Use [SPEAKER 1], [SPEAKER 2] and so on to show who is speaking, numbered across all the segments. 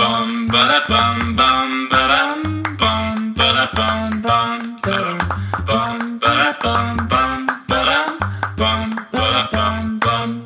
[SPEAKER 1] bum ba da bum bum ba dum bum ba da bum bum ba dum bum ba da bum bum ba dum bum ba da bum bum.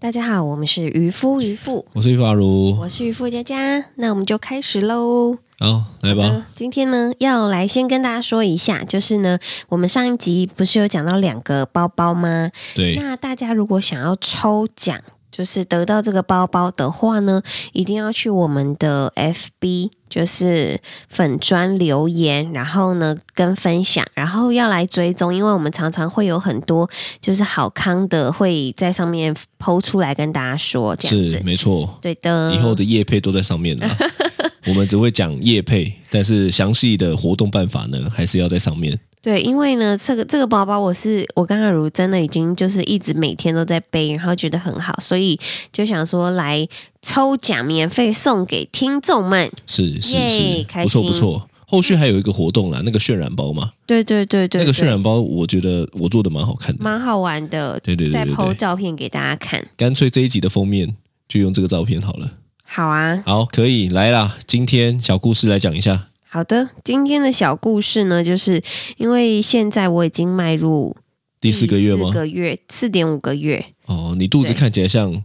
[SPEAKER 2] 大家好，我们是渔夫渔妇，
[SPEAKER 3] 我是玉发如
[SPEAKER 2] 我，是渔夫佳佳，那我们就开始喽。
[SPEAKER 3] 好，来吧
[SPEAKER 2] 嗯，今天呢，要来先跟大家说一下，就是呢，我们上一集不是有讲到两个包包吗？
[SPEAKER 3] 对，
[SPEAKER 2] 那大家如果想要抽奖，就是得到这个包包的话呢，一定要去我们的 FB，就是粉砖留言，然后呢跟分享，然后要来追踪，因为我们常常会有很多就是好康的会在上面抛出来跟大家说，这样
[SPEAKER 3] 是
[SPEAKER 2] 子。
[SPEAKER 3] 没错，
[SPEAKER 2] 对的，
[SPEAKER 3] 以后的业配都在上面了。 我们只会讲业配，但是详细的活动办法呢，还是要在上面。
[SPEAKER 2] 对，因为呢，这个这个包包我是我跟阿如真的已经就是一直每天都在背，然后觉得很好，所以就想说来抽奖，免费送给听众们。
[SPEAKER 3] 是是
[SPEAKER 2] 耶
[SPEAKER 3] 是，
[SPEAKER 2] 开
[SPEAKER 3] 不错
[SPEAKER 2] 心
[SPEAKER 3] 不错。后续还有一个活动啦，那个渲染包嘛，
[SPEAKER 2] 对对对对，
[SPEAKER 3] 那个渲
[SPEAKER 2] 对
[SPEAKER 3] 染包，我觉得我做的蛮好看的，
[SPEAKER 2] 蛮好玩的，
[SPEAKER 3] 对对对
[SPEAKER 2] 再
[SPEAKER 3] 对
[SPEAKER 2] 抛
[SPEAKER 3] 对，
[SPEAKER 2] 照片给大家看。
[SPEAKER 3] 干脆这一集的封面就用这个照片好了。
[SPEAKER 2] 好啊，
[SPEAKER 3] 好，可以来啦，今天小故事来讲一下。
[SPEAKER 2] 好的，今天的小故事呢，就是因为现在我已经迈入
[SPEAKER 3] 第四个月吗
[SPEAKER 2] 四？个月，四点五个月。
[SPEAKER 3] 哦，你肚子
[SPEAKER 2] 对
[SPEAKER 3] 看起来像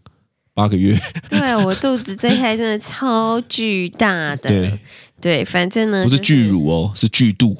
[SPEAKER 3] 八个月，
[SPEAKER 2] 对啊我肚子这一胎真的超巨大的，
[SPEAKER 3] 对，
[SPEAKER 2] 对反正呢，
[SPEAKER 3] 不是
[SPEAKER 2] 就
[SPEAKER 3] 巨乳哦，是巨肚、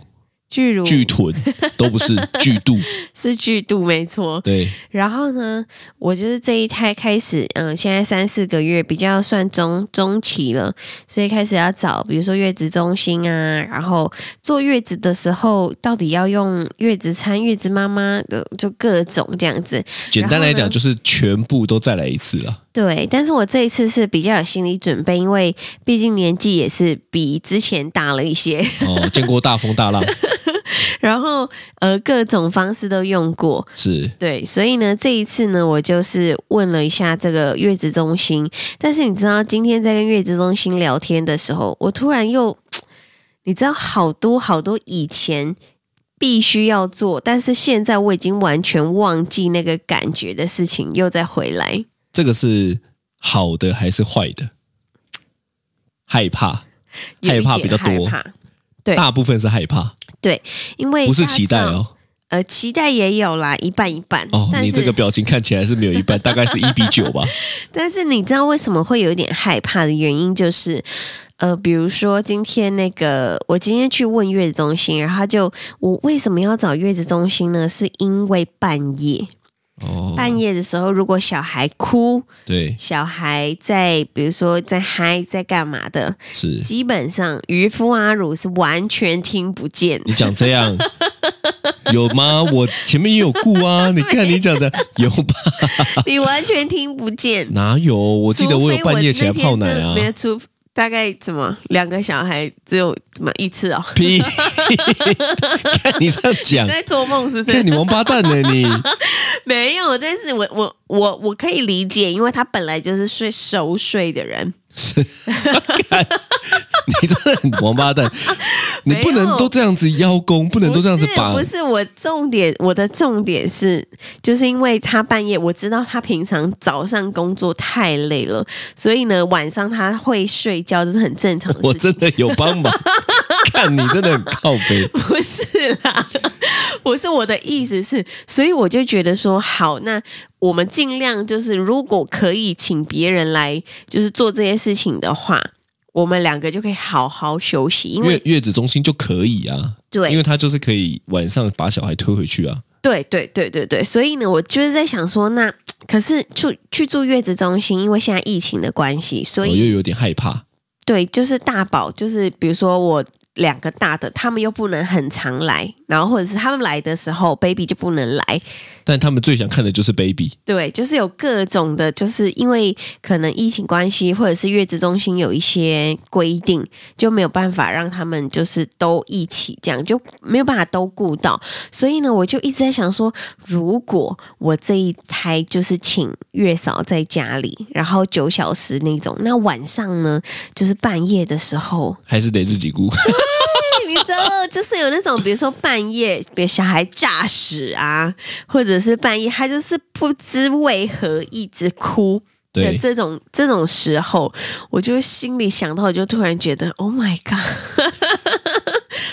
[SPEAKER 2] 巨乳，
[SPEAKER 3] 巨臀，都不是巨肚。
[SPEAKER 2] 是巨度，没错。
[SPEAKER 3] 对，
[SPEAKER 2] 然后呢，我就是这一胎开始，嗯、现在三四个月比较算中中期了，所以开始要找，比如说月子中心啊，然后坐月子的时候到底要用月子餐、月子妈妈的，就各种这样子。
[SPEAKER 3] 简单来
[SPEAKER 2] 然后
[SPEAKER 3] 讲
[SPEAKER 2] 呢
[SPEAKER 3] 就是全部都再来一次啦。
[SPEAKER 2] 对，但是我这一次是比较有心理准备，因为毕竟年纪也是比之前大了一些。
[SPEAKER 3] 哦， 见过大风大浪，
[SPEAKER 2] 然后呃，各种方式都用过，
[SPEAKER 3] 是
[SPEAKER 2] 对，所以呢，这一次呢，我就是问了一下这个月子中心，但是你知道，今天在跟月子中心聊天的时候，我突然又，你知道，好多好多以前必须要做，但是现在我已经完全忘记那个感觉的事情，又再回来。
[SPEAKER 3] 这个是好的还是坏的？害怕，
[SPEAKER 2] 有一
[SPEAKER 3] 害怕比
[SPEAKER 2] 点
[SPEAKER 3] 较多
[SPEAKER 2] 害，怕对哎
[SPEAKER 3] 大部分是害怕，
[SPEAKER 2] 因为
[SPEAKER 3] 不是
[SPEAKER 2] 大家
[SPEAKER 3] 期待
[SPEAKER 2] 知道，
[SPEAKER 3] 哦。
[SPEAKER 2] 呃，期待也有啦，一半一半。
[SPEAKER 3] 哦，
[SPEAKER 2] 但
[SPEAKER 3] 你
[SPEAKER 2] 是
[SPEAKER 3] 这个表情看起来是没 有一半，大概是一比九吧。
[SPEAKER 2] 但是你知道为什么会有点害怕的原因就是，呃，比如说今天那个，我今天去问月子中心，然后他就我为什么要找月子中心呢？是因为半夜，
[SPEAKER 3] 哦，
[SPEAKER 2] 半夜的时候如果小孩哭，
[SPEAKER 3] 对，
[SPEAKER 2] 小孩在比如说在嗨在干嘛的，
[SPEAKER 3] 是
[SPEAKER 2] 基本上渔夫阿鲁是完全听不 见。
[SPEAKER 3] 你讲这样有吗？我前面也有顾 啊，你看你讲的有吧？
[SPEAKER 2] 你完全听不见。
[SPEAKER 3] 哪有？我记得我有半夜起来泡奶
[SPEAKER 2] 除非我那天真的
[SPEAKER 3] 啊
[SPEAKER 2] 没。有出大概怎么两个小孩只有怎么一次哦？
[SPEAKER 3] 屁！ 看你这样 讲
[SPEAKER 2] 你，在做梦 是不
[SPEAKER 3] 看
[SPEAKER 2] 是？
[SPEAKER 3] 你王八蛋呢、 你！
[SPEAKER 2] 没有，但是我我我我可以理解，因为他本来就是睡熟睡的人。
[SPEAKER 3] 是，看你真的很王八 蛋，你不
[SPEAKER 2] 没有
[SPEAKER 3] 能都这样子邀功，不能都这样子把
[SPEAKER 2] 不是不是我重点，我的重点是，就是因为他半夜，我知道他平常早上工作太累了，所以呢晚上他会睡觉，这是很正常的
[SPEAKER 3] 我
[SPEAKER 2] 事情。
[SPEAKER 3] 真的有帮 忙。看你真的很靠背，
[SPEAKER 2] 不是啦， 不是我的意思是，所以我就觉得说，好，那我们尽量就是，如果可以请别人来，就是做这些事情的话，我们两个就可以好好休息，因为
[SPEAKER 3] 月月子中心就可以啊，因
[SPEAKER 2] 对
[SPEAKER 3] 为他就是可以晚上把小孩推回去啊。
[SPEAKER 2] 对对对对对，所以呢，我就是在想说，那可是去去住月子中心，因为现在疫情的关系，所
[SPEAKER 3] 我
[SPEAKER 2] 以
[SPEAKER 3] 又有点害怕，
[SPEAKER 2] 对，就是大宝，就是比如说我两个大的，他们又不能很常来，然后或者是他们来的时候，baby 就不能来，
[SPEAKER 3] 但他们最想看的就是 baby。
[SPEAKER 2] 对，就是有各种的，就是因为可能疫情关系，或者是月子中心有一些规定，就没有办法让他们就是都一起这样，就没有办法都顾到。所以呢，我就一直在想说，如果我这一胎就是请月嫂在家里，然后九小时那种，那晚上呢，就是半夜的时候，
[SPEAKER 3] 还是得自 己顾，
[SPEAKER 2] 你知道，就是有那种，比如说半夜被小孩炸死啊，或者是半夜他就是不知为何一直哭，的
[SPEAKER 3] 对，
[SPEAKER 2] 这种这种时候，我就心里想到，我就突然觉得，Oh my god！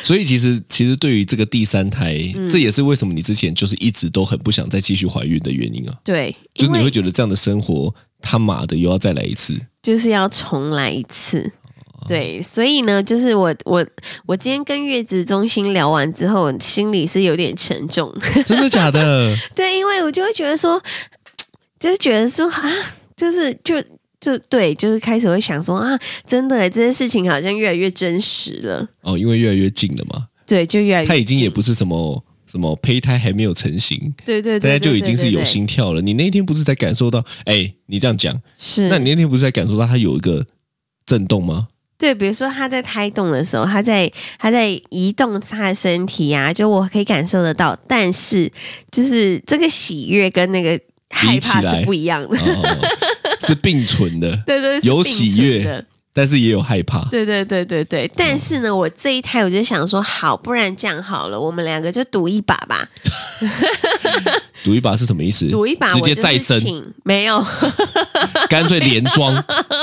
[SPEAKER 3] 所以其实其实对于这个第三胎，
[SPEAKER 2] 嗯
[SPEAKER 3] 这也是为什么你之前就是一直都很不想再继续怀孕的原因啊，
[SPEAKER 2] 对，
[SPEAKER 3] 就是
[SPEAKER 2] 因
[SPEAKER 3] 你会
[SPEAKER 2] 为
[SPEAKER 3] 觉得这样的生活他妈的又要再来一次，
[SPEAKER 2] 就是要重来一次。对，所以呢，就是我我我今天跟月子中心聊完之后，我心里是有点沉重。
[SPEAKER 3] 真的假的？
[SPEAKER 2] 对，因为我就会觉得说，就是觉得说啊，就是就就对，就是开始会想说啊，真的耶这些事情好像越来越真实了。
[SPEAKER 3] 哦，因为越来越近了嘛，
[SPEAKER 2] 对，就越来越
[SPEAKER 3] 他已经也
[SPEAKER 2] 近
[SPEAKER 3] 不是什么什么胚胎还没有成型，
[SPEAKER 2] 对对
[SPEAKER 3] 大
[SPEAKER 2] 对对，
[SPEAKER 3] 家就已
[SPEAKER 2] 对
[SPEAKER 3] 经是
[SPEAKER 2] 对
[SPEAKER 3] 有
[SPEAKER 2] 对
[SPEAKER 3] 心跳了。你那天不是才感受到？哎，你这样讲，
[SPEAKER 2] 是
[SPEAKER 3] 那你那天不是才感受到它有一个震 动吗？
[SPEAKER 2] 对，比如说他在胎动的时候，他在他在移动他的身体啊，就我可以感受得到，但是就是这个喜悦跟那个害
[SPEAKER 3] 比起
[SPEAKER 2] 怕
[SPEAKER 3] 来
[SPEAKER 2] 是不一样的。
[SPEAKER 3] 哦，是并存的，
[SPEAKER 2] 对对，是
[SPEAKER 3] 有
[SPEAKER 2] 并
[SPEAKER 3] 喜
[SPEAKER 2] 存
[SPEAKER 3] 悦
[SPEAKER 2] 的，
[SPEAKER 3] 但是也有害怕。
[SPEAKER 2] 对对对对
[SPEAKER 3] 嗯
[SPEAKER 2] 对。但是呢，我这一胎我就想说，好，不然这样好了，我们两个就赌一把吧，
[SPEAKER 3] 赌一把是什么意思？
[SPEAKER 2] 赌一把，
[SPEAKER 3] 直
[SPEAKER 2] 我
[SPEAKER 3] 接
[SPEAKER 2] 就是
[SPEAKER 3] 再生，
[SPEAKER 2] 请，没有，
[SPEAKER 3] 干脆连装，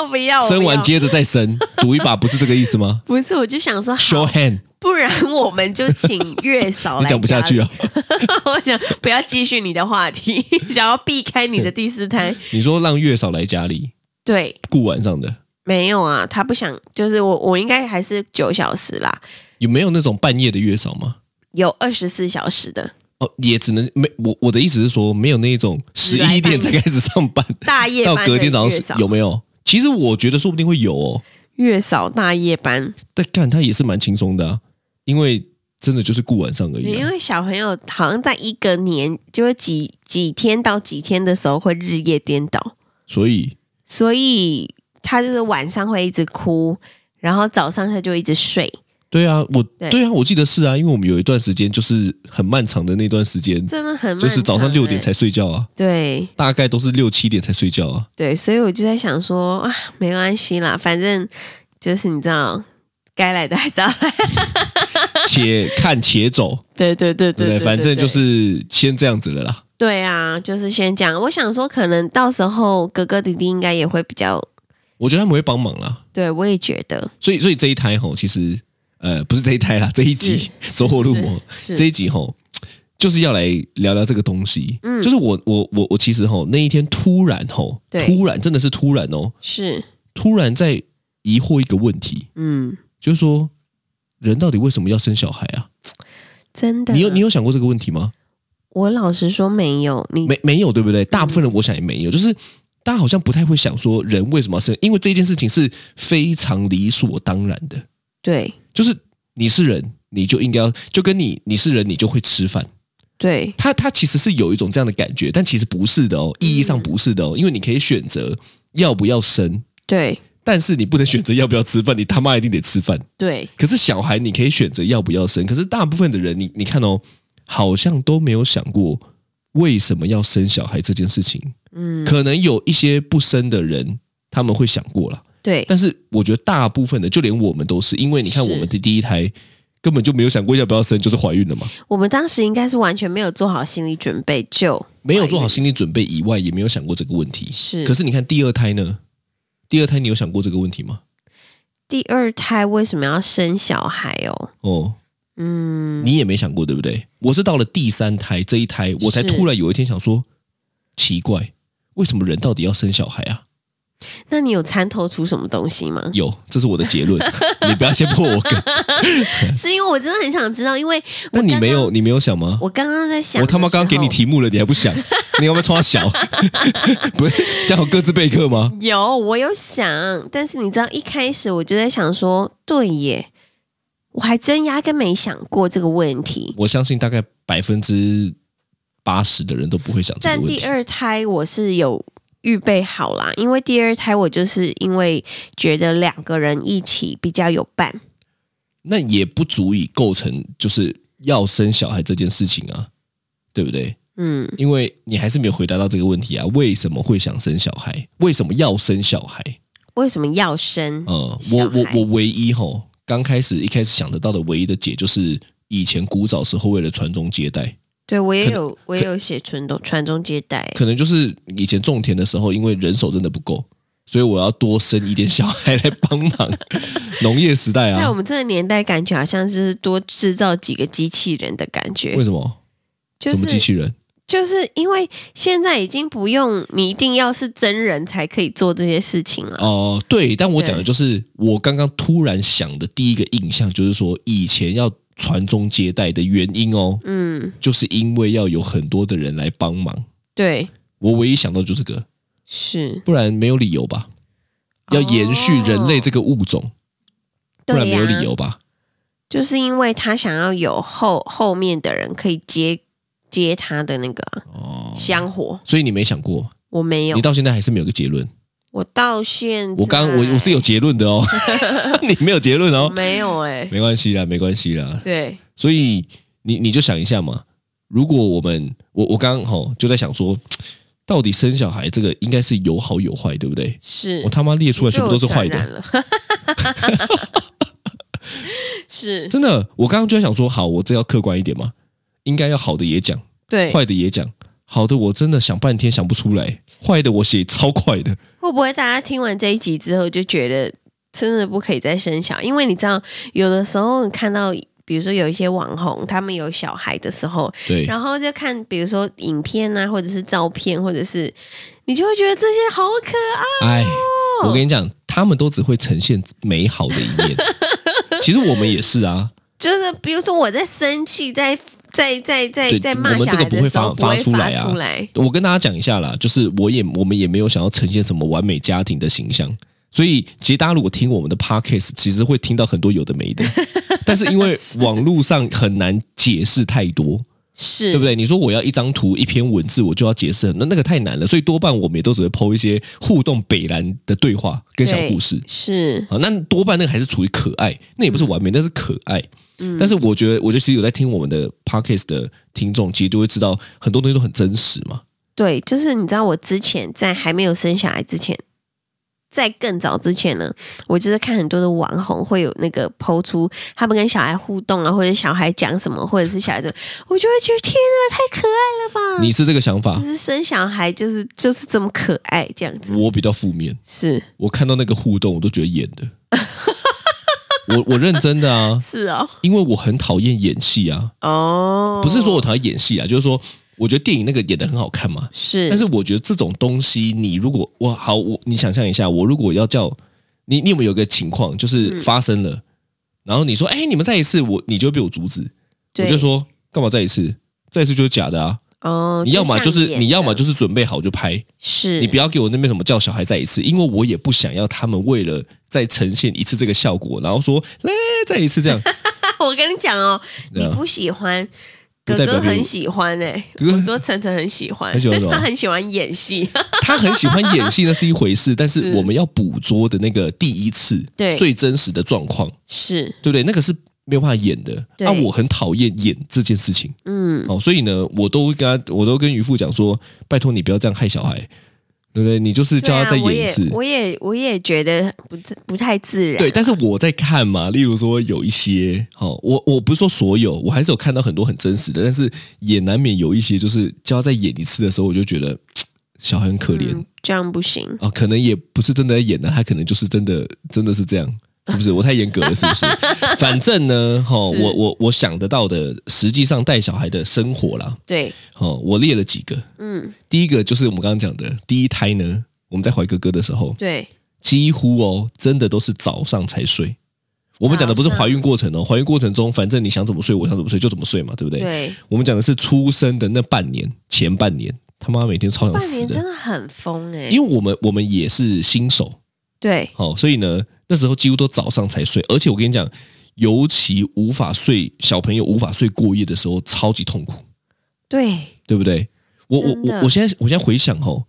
[SPEAKER 2] 不要，我
[SPEAKER 3] 生
[SPEAKER 2] 不
[SPEAKER 3] 完
[SPEAKER 2] 要
[SPEAKER 3] 接着 再生，赌一把不是这个意思吗
[SPEAKER 2] 不是，我就想说，
[SPEAKER 3] ？Show
[SPEAKER 2] 好，
[SPEAKER 3] hand，
[SPEAKER 2] 不然我们就请月嫂
[SPEAKER 3] 你
[SPEAKER 2] 来。
[SPEAKER 3] 讲不下去啊！
[SPEAKER 2] 我想不要继续你的话题， 想要避开你的第四胎。
[SPEAKER 3] 你说让月嫂来家里
[SPEAKER 2] 对，
[SPEAKER 3] 顾晚上的，
[SPEAKER 2] 没有啊，他不想，就是我，我应该还是九小时啦，
[SPEAKER 3] 有没有那种半夜的月嫂吗？
[SPEAKER 2] 有二十四小时的
[SPEAKER 3] 哦，也只能没我我的意思是说，没有那种十
[SPEAKER 2] 只来半
[SPEAKER 3] 一
[SPEAKER 2] 夜
[SPEAKER 3] 点才开始上班，
[SPEAKER 2] 大夜
[SPEAKER 3] 到
[SPEAKER 2] 班的
[SPEAKER 3] 隔天早
[SPEAKER 2] 月
[SPEAKER 3] 上
[SPEAKER 2] 嫂
[SPEAKER 3] 有没有？其实我觉得说不定会有哦，
[SPEAKER 2] 月嫂大夜班，
[SPEAKER 3] 但干他也是蛮轻松的、啊，因为真的就是顾晚上而已、
[SPEAKER 2] 因
[SPEAKER 3] 啊。
[SPEAKER 2] 为小朋友好像在一个年，就是几几天到几天的时候会日夜颠倒，
[SPEAKER 3] 所以
[SPEAKER 2] 所以他就是晚上会一直哭，然后早上他就一直睡，
[SPEAKER 3] 对啊，我
[SPEAKER 2] 对
[SPEAKER 3] 对啊，我记得是啊，因为我们有一段时间就是很漫长的那段时间，
[SPEAKER 2] 真的很漫
[SPEAKER 3] 就是早上
[SPEAKER 2] 长
[SPEAKER 3] 六点
[SPEAKER 2] 欸
[SPEAKER 3] 才睡觉啊，
[SPEAKER 2] 对
[SPEAKER 3] 大概都是六七点才睡觉啊。
[SPEAKER 2] 对，所以我就在想说啊，没关系啦，反正就是你知道，该来的还 是要来。
[SPEAKER 3] 且看且走，
[SPEAKER 2] 对对对对
[SPEAKER 3] 对不
[SPEAKER 2] 对，
[SPEAKER 3] 对？反正就
[SPEAKER 2] 对
[SPEAKER 3] 是先这样子了啦。
[SPEAKER 2] 对啊，就是先讲。我想说，可能到时候哥哥弟弟应该也会比较，
[SPEAKER 3] 我觉得他们会帮忙啦，
[SPEAKER 2] 对我也觉得
[SPEAKER 3] 所以所以这一胎吼，其实呃不是这一胎啦，这一集走火入魔
[SPEAKER 2] 是
[SPEAKER 3] 这一集吼，就是要来聊聊这个东西。嗯，就是我我我我其实吼那一天突然吼，
[SPEAKER 2] 对
[SPEAKER 3] 突然真的是突然哦，
[SPEAKER 2] 是，
[SPEAKER 3] 突然在疑惑一个问题，
[SPEAKER 2] 嗯，
[SPEAKER 3] 就是说人到底为什么要生小孩啊？
[SPEAKER 2] 真的。
[SPEAKER 3] 你有你有想过这个问题吗？
[SPEAKER 2] 我老实说没有，你
[SPEAKER 3] 没没有，对不对？大部分人
[SPEAKER 2] 嗯
[SPEAKER 3] 我想也没有，就是大家好像不太会想说人为什么要生，因为这件事情是非常理所当然的，
[SPEAKER 2] 对
[SPEAKER 3] 就是你是人，你就应该要就跟你你是人，你就会吃饭。
[SPEAKER 2] 对
[SPEAKER 3] 他他其实是有一种这样的感觉，但其实不是的哦，意义上不是的哦，因为你可以选择要不要生，
[SPEAKER 2] 对
[SPEAKER 3] 但是你不能选择要不要吃饭，你他妈一定得吃饭。
[SPEAKER 2] 对，
[SPEAKER 3] 可是小孩你可以选择要不要生，可是大部分的人，你你看哦，好像都没有想过为什么要生小孩这件事情。
[SPEAKER 2] 嗯，
[SPEAKER 3] 可能有一些不生的人，他们会想过了，
[SPEAKER 2] 对
[SPEAKER 3] 但是我觉得大部分的，就连我们都是，因为你看
[SPEAKER 2] 是
[SPEAKER 3] 我们的第一胎根本就没有想过要不要生，就是怀孕了嘛，
[SPEAKER 2] 我们当时应该是完全没有做好心理准备，就
[SPEAKER 3] 没有做好心理准备以外，也没有想过这个问题。
[SPEAKER 2] 是。
[SPEAKER 3] 可是你看第二胎呢？第二胎你有想过这个问题吗？
[SPEAKER 2] 第二胎为什么要生小孩哦？
[SPEAKER 3] 哦，
[SPEAKER 2] 嗯，
[SPEAKER 3] 你也没想过，对不对？我是到了第三胎这一胎，我才
[SPEAKER 2] 是
[SPEAKER 3] 突然有一天想说，奇怪，为什么人到底要生小孩啊？
[SPEAKER 2] 那你有参透出什么东西吗？
[SPEAKER 3] 有，这是我的结论，你不要先破我梗。
[SPEAKER 2] 是因为我真的很想知道，因为
[SPEAKER 3] 那你
[SPEAKER 2] 刚
[SPEAKER 3] 没有，你没有想吗？
[SPEAKER 2] 我刚刚在想，
[SPEAKER 3] 我他妈刚刚给你。题目了，你还 不想？你要不要冲他小？ 不是，这样我各自备课吗？
[SPEAKER 2] 有，我有想，但是你知道，一开始我就在想说，对耶，我还真压根没想过这个问题。
[SPEAKER 3] 我相信大概百分之八十的人都不会想这个
[SPEAKER 2] 但
[SPEAKER 3] 问
[SPEAKER 2] 第
[SPEAKER 3] 题。
[SPEAKER 2] 二胎我是有预备好啦，因为第二胎我就是因为觉得两个人一起比较有伴，
[SPEAKER 3] 那也不足以构成就是要生小孩这件事情啊，对不对？
[SPEAKER 2] 嗯，
[SPEAKER 3] 因为你还是没有回答到这个问题啊，为什么会想生小孩？为什么要生小孩？
[SPEAKER 2] 为什么要生？
[SPEAKER 3] 呃，我
[SPEAKER 2] 小
[SPEAKER 3] 我
[SPEAKER 2] 孩
[SPEAKER 3] 我唯一吼，刚开始一开始想得到的唯一的解就是以前古早时候为了传宗接代，
[SPEAKER 2] 对我也
[SPEAKER 3] 可能
[SPEAKER 2] 有，我也有写传统传宗接代，
[SPEAKER 3] 可能就是以前种田的时候，因为人手真的不够，所以我要多生一点小孩来帮忙。农业时代
[SPEAKER 2] 在我
[SPEAKER 3] 啊，
[SPEAKER 2] 们这个年代，感觉好像是多制造几个机器人的感觉
[SPEAKER 3] 为，什么？
[SPEAKER 2] 就
[SPEAKER 3] 什么机
[SPEAKER 2] 是
[SPEAKER 3] 器人？
[SPEAKER 2] 就是因为现在已经不用你一定要是真人才可以做这些事情了。
[SPEAKER 3] 哦、对，但我
[SPEAKER 2] 对
[SPEAKER 3] 讲的就是我刚刚突然想的第一个印象，就是说以前要传宗接代的原因哦，
[SPEAKER 2] 嗯，
[SPEAKER 3] 就是因为要有很多的人来帮忙。
[SPEAKER 2] 对，
[SPEAKER 3] 我唯一想到就这个，
[SPEAKER 2] 是
[SPEAKER 3] 不然没有理由吧？要延续人类这个物种，不然
[SPEAKER 2] 哦对
[SPEAKER 3] 没
[SPEAKER 2] 呀
[SPEAKER 3] 有理由吧？
[SPEAKER 2] 就是因为他想要有后后面的人可以接接他的那个啊
[SPEAKER 3] 哦，
[SPEAKER 2] 香火，
[SPEAKER 3] 所以你没想过，
[SPEAKER 2] 我没有
[SPEAKER 3] 你，到现在还是没有个结论。
[SPEAKER 2] 我到现在
[SPEAKER 3] 我刚我我是有结论的 哦， 你没有结论
[SPEAKER 2] 我
[SPEAKER 3] 哦，
[SPEAKER 2] 没有哎、
[SPEAKER 3] 没关系啦，没关系啦。
[SPEAKER 2] 对，
[SPEAKER 3] 所以你你就想一下嘛，如果我们我我刚吼就在想说，到底生小孩这个应该是有好有坏，对不对？
[SPEAKER 2] 是
[SPEAKER 3] 我他妈列出来全部都是
[SPEAKER 2] 被我
[SPEAKER 3] 坏
[SPEAKER 2] 传
[SPEAKER 3] 的，
[SPEAKER 2] 染了， 是
[SPEAKER 3] 真的。我刚刚就在想说，好，我这要客观一点嘛，应该要好的也讲，
[SPEAKER 2] 对，
[SPEAKER 3] 坏的也讲。好的，我真的想半天想不出来，坏的我写超快的，
[SPEAKER 2] 会不会大家听完这一集之后就觉得真的不可以再生小？因为你知道，有的时候你看到，比如说有一些网红，他们有小孩的时候，
[SPEAKER 3] 对。
[SPEAKER 2] 然后就看比如说影片啊，或者是照片，或者是你就会觉得这些好可爱。
[SPEAKER 3] 哎，我跟你讲，他们都只会呈现美好的一 面。其实我们也是啊，
[SPEAKER 2] 就是比如说我在生气，在在在在
[SPEAKER 3] 对
[SPEAKER 2] 在骂
[SPEAKER 3] 我们
[SPEAKER 2] 小
[SPEAKER 3] 这
[SPEAKER 2] 孩
[SPEAKER 3] 个不
[SPEAKER 2] 的
[SPEAKER 3] 会
[SPEAKER 2] 时候，
[SPEAKER 3] 发发出来啊
[SPEAKER 2] 出来。
[SPEAKER 3] 我跟大家讲一下啦，就是我也我们也没有想要呈现什么完美家庭的形象，所以其实大家如果听我们的 podcast，其实会听到很多有的 没的。但是因为网络上很难解释太多，
[SPEAKER 2] 是，
[SPEAKER 3] 对不？对？你说我要一张图、一篇文字，我就要解释很多，那那个太难了。所以多半我们也都只会剖一些互动北兰的对话跟小故事。
[SPEAKER 2] 是，
[SPEAKER 3] 啊，那多半那个还是处于可爱，那也不是完美，那是可爱。但是我觉得，我觉得其实有在听我们的 podcast 的听众，其实都会知道很多东西都很真实嘛。
[SPEAKER 2] 对，就是你知道，我之前在还没有生小孩之前，在更早之前呢，我就是看很多的网红会有那个抛出他们跟小孩互动啊，或者小孩讲什么，或者是小孩怎么，我就会觉得天啊，太可爱了吧！
[SPEAKER 3] 你是这个想法
[SPEAKER 2] 嗯就，是生小孩就是就是这么可爱这样子，
[SPEAKER 3] 我比较负面，
[SPEAKER 2] 是
[SPEAKER 3] 我看到那个互动，我都觉得演的。我我认真的啊，
[SPEAKER 2] 是哦，
[SPEAKER 3] 因为我很讨厌演戏啊，
[SPEAKER 2] 哦，
[SPEAKER 3] 不是说我讨厌演戏啊，就是说我觉得电影那个演的很好看嘛，
[SPEAKER 2] 是，
[SPEAKER 3] 但是我觉得这种东西，你如果我好，我你想象一下，我如果要叫你，你有没有有个情况
[SPEAKER 2] 嗯
[SPEAKER 3] 就是发生了，然后你说，哎、你们再一次，我你就会被我阻止，我
[SPEAKER 2] 对
[SPEAKER 3] 就说干嘛再一次？再一次就是假的啊！
[SPEAKER 2] 哦，
[SPEAKER 3] 你要么就是你要么就是是准备好就拍，
[SPEAKER 2] 是
[SPEAKER 3] 你不要给我那边什么叫小孩再一次，因为我也不想要他们为了再呈现一次这个效果，然后说来再一 次这样，
[SPEAKER 2] 我跟你讲哦，
[SPEAKER 3] 对
[SPEAKER 2] 你
[SPEAKER 3] 啊
[SPEAKER 2] 不喜欢，
[SPEAKER 3] 不
[SPEAKER 2] 哥
[SPEAKER 3] 代表
[SPEAKER 2] 哥
[SPEAKER 3] 你
[SPEAKER 2] 很喜欢哎、
[SPEAKER 3] 哥哥
[SPEAKER 2] 我说晨晨很喜欢，
[SPEAKER 3] 很喜欢
[SPEAKER 2] 但
[SPEAKER 3] 什 么
[SPEAKER 2] 他很喜欢演 戏，
[SPEAKER 3] 他很喜欢演戏那是一回事，但是
[SPEAKER 2] 是
[SPEAKER 3] 我们要捕捉的那个第一次，
[SPEAKER 2] 对
[SPEAKER 3] 最真实的状况，
[SPEAKER 2] 是，
[SPEAKER 3] 对不对？那个是没有办法演的。
[SPEAKER 2] 对
[SPEAKER 3] 啊，我很讨厌演这件事情。
[SPEAKER 2] 嗯，
[SPEAKER 3] 哦，所以呢，我都跟他，我都跟渔夫讲说，拜托你不要这样害小孩，对不对？你就是叫他再
[SPEAKER 2] 对啊，我
[SPEAKER 3] 演一
[SPEAKER 2] 也
[SPEAKER 3] 次。
[SPEAKER 2] 我也我也觉得不不太自然，嗯
[SPEAKER 3] 对，但是我在看嘛，例如说有一些，哦，我我不是说所有，我还是有看到很多很真实的，但是也难免有一些，就是叫他再演一次的时候，我就觉得小孩很可怜、
[SPEAKER 2] 嗯，这样不行，
[SPEAKER 3] 哦，可能也不是真的在演啊的，他可能就是真的真的是这样，是不是？我太严格了，是 不是？反正呢，哈、
[SPEAKER 2] 是
[SPEAKER 3] 我我我想得到的，实际上带小孩的生活啦，
[SPEAKER 2] 对，
[SPEAKER 3] 哦，我列了几个。
[SPEAKER 2] 嗯，
[SPEAKER 3] 第一个就是我们刚刚讲的，第一胎呢，我们在怀哥哥的时候，
[SPEAKER 2] 对，
[SPEAKER 3] 几乎哦，真的都是早上才睡。我们讲的不是怀孕过程哦，怀孕过程中，反正你想怎么睡，我想怎么睡就怎么睡嘛，对不对？
[SPEAKER 2] 对，
[SPEAKER 3] 我们讲的是出生的那半年，前半年，他妈每天超想
[SPEAKER 2] 半
[SPEAKER 3] 死
[SPEAKER 2] 年
[SPEAKER 3] 的
[SPEAKER 2] 真，的很疯哎、
[SPEAKER 3] 因为我们我们也是新手，
[SPEAKER 2] 对，
[SPEAKER 3] 好、所以呢，那时候几乎都早上才睡，而且我跟你讲，尤其无法睡小朋友无法睡过夜的时候，超级痛苦，
[SPEAKER 2] 对，
[SPEAKER 3] 对不对？我我
[SPEAKER 2] 真的
[SPEAKER 3] 我我现在我现在回想哦，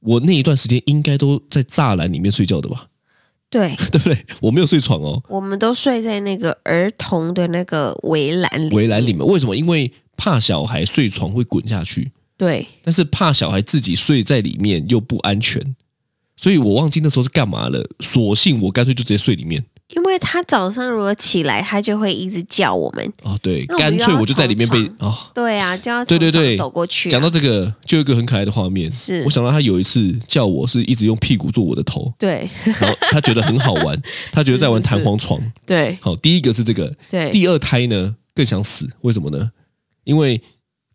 [SPEAKER 3] 我那一段时间应该都在栅栏里面睡觉的吧，
[SPEAKER 2] 对，
[SPEAKER 3] 对不对？我没有睡床哦，
[SPEAKER 2] 我们都睡在那个儿童的那个围栏里，
[SPEAKER 3] 围栏里面，为什么？因为怕小孩睡床会滚下去，
[SPEAKER 2] 对，
[SPEAKER 3] 但是怕小孩自己睡在里面又不安全，所以我忘记那时候是干嘛了。索性我干脆就直接睡里面，
[SPEAKER 2] 因为他早上如果起来，他就会一直叫我们。
[SPEAKER 3] 哦，对，
[SPEAKER 2] 那我们
[SPEAKER 3] 干
[SPEAKER 2] 又
[SPEAKER 3] 脆
[SPEAKER 2] 要
[SPEAKER 3] 我就在里面被
[SPEAKER 2] 重
[SPEAKER 3] 哦。
[SPEAKER 2] 对啊，就要
[SPEAKER 3] 对对
[SPEAKER 2] 从床
[SPEAKER 3] 对
[SPEAKER 2] 走过去啊、
[SPEAKER 3] 讲到这个，就有一个很可爱的画面，
[SPEAKER 2] 是
[SPEAKER 3] 我想到他有一次叫我是一直用屁股做我的 头，
[SPEAKER 2] 对
[SPEAKER 3] 然后他觉得很好玩，他觉得在玩
[SPEAKER 2] 是是
[SPEAKER 3] 弹簧床。
[SPEAKER 2] 对
[SPEAKER 3] 好，第一个是这个，
[SPEAKER 2] 对
[SPEAKER 3] 第二胎呢更想死，为什么呢？因为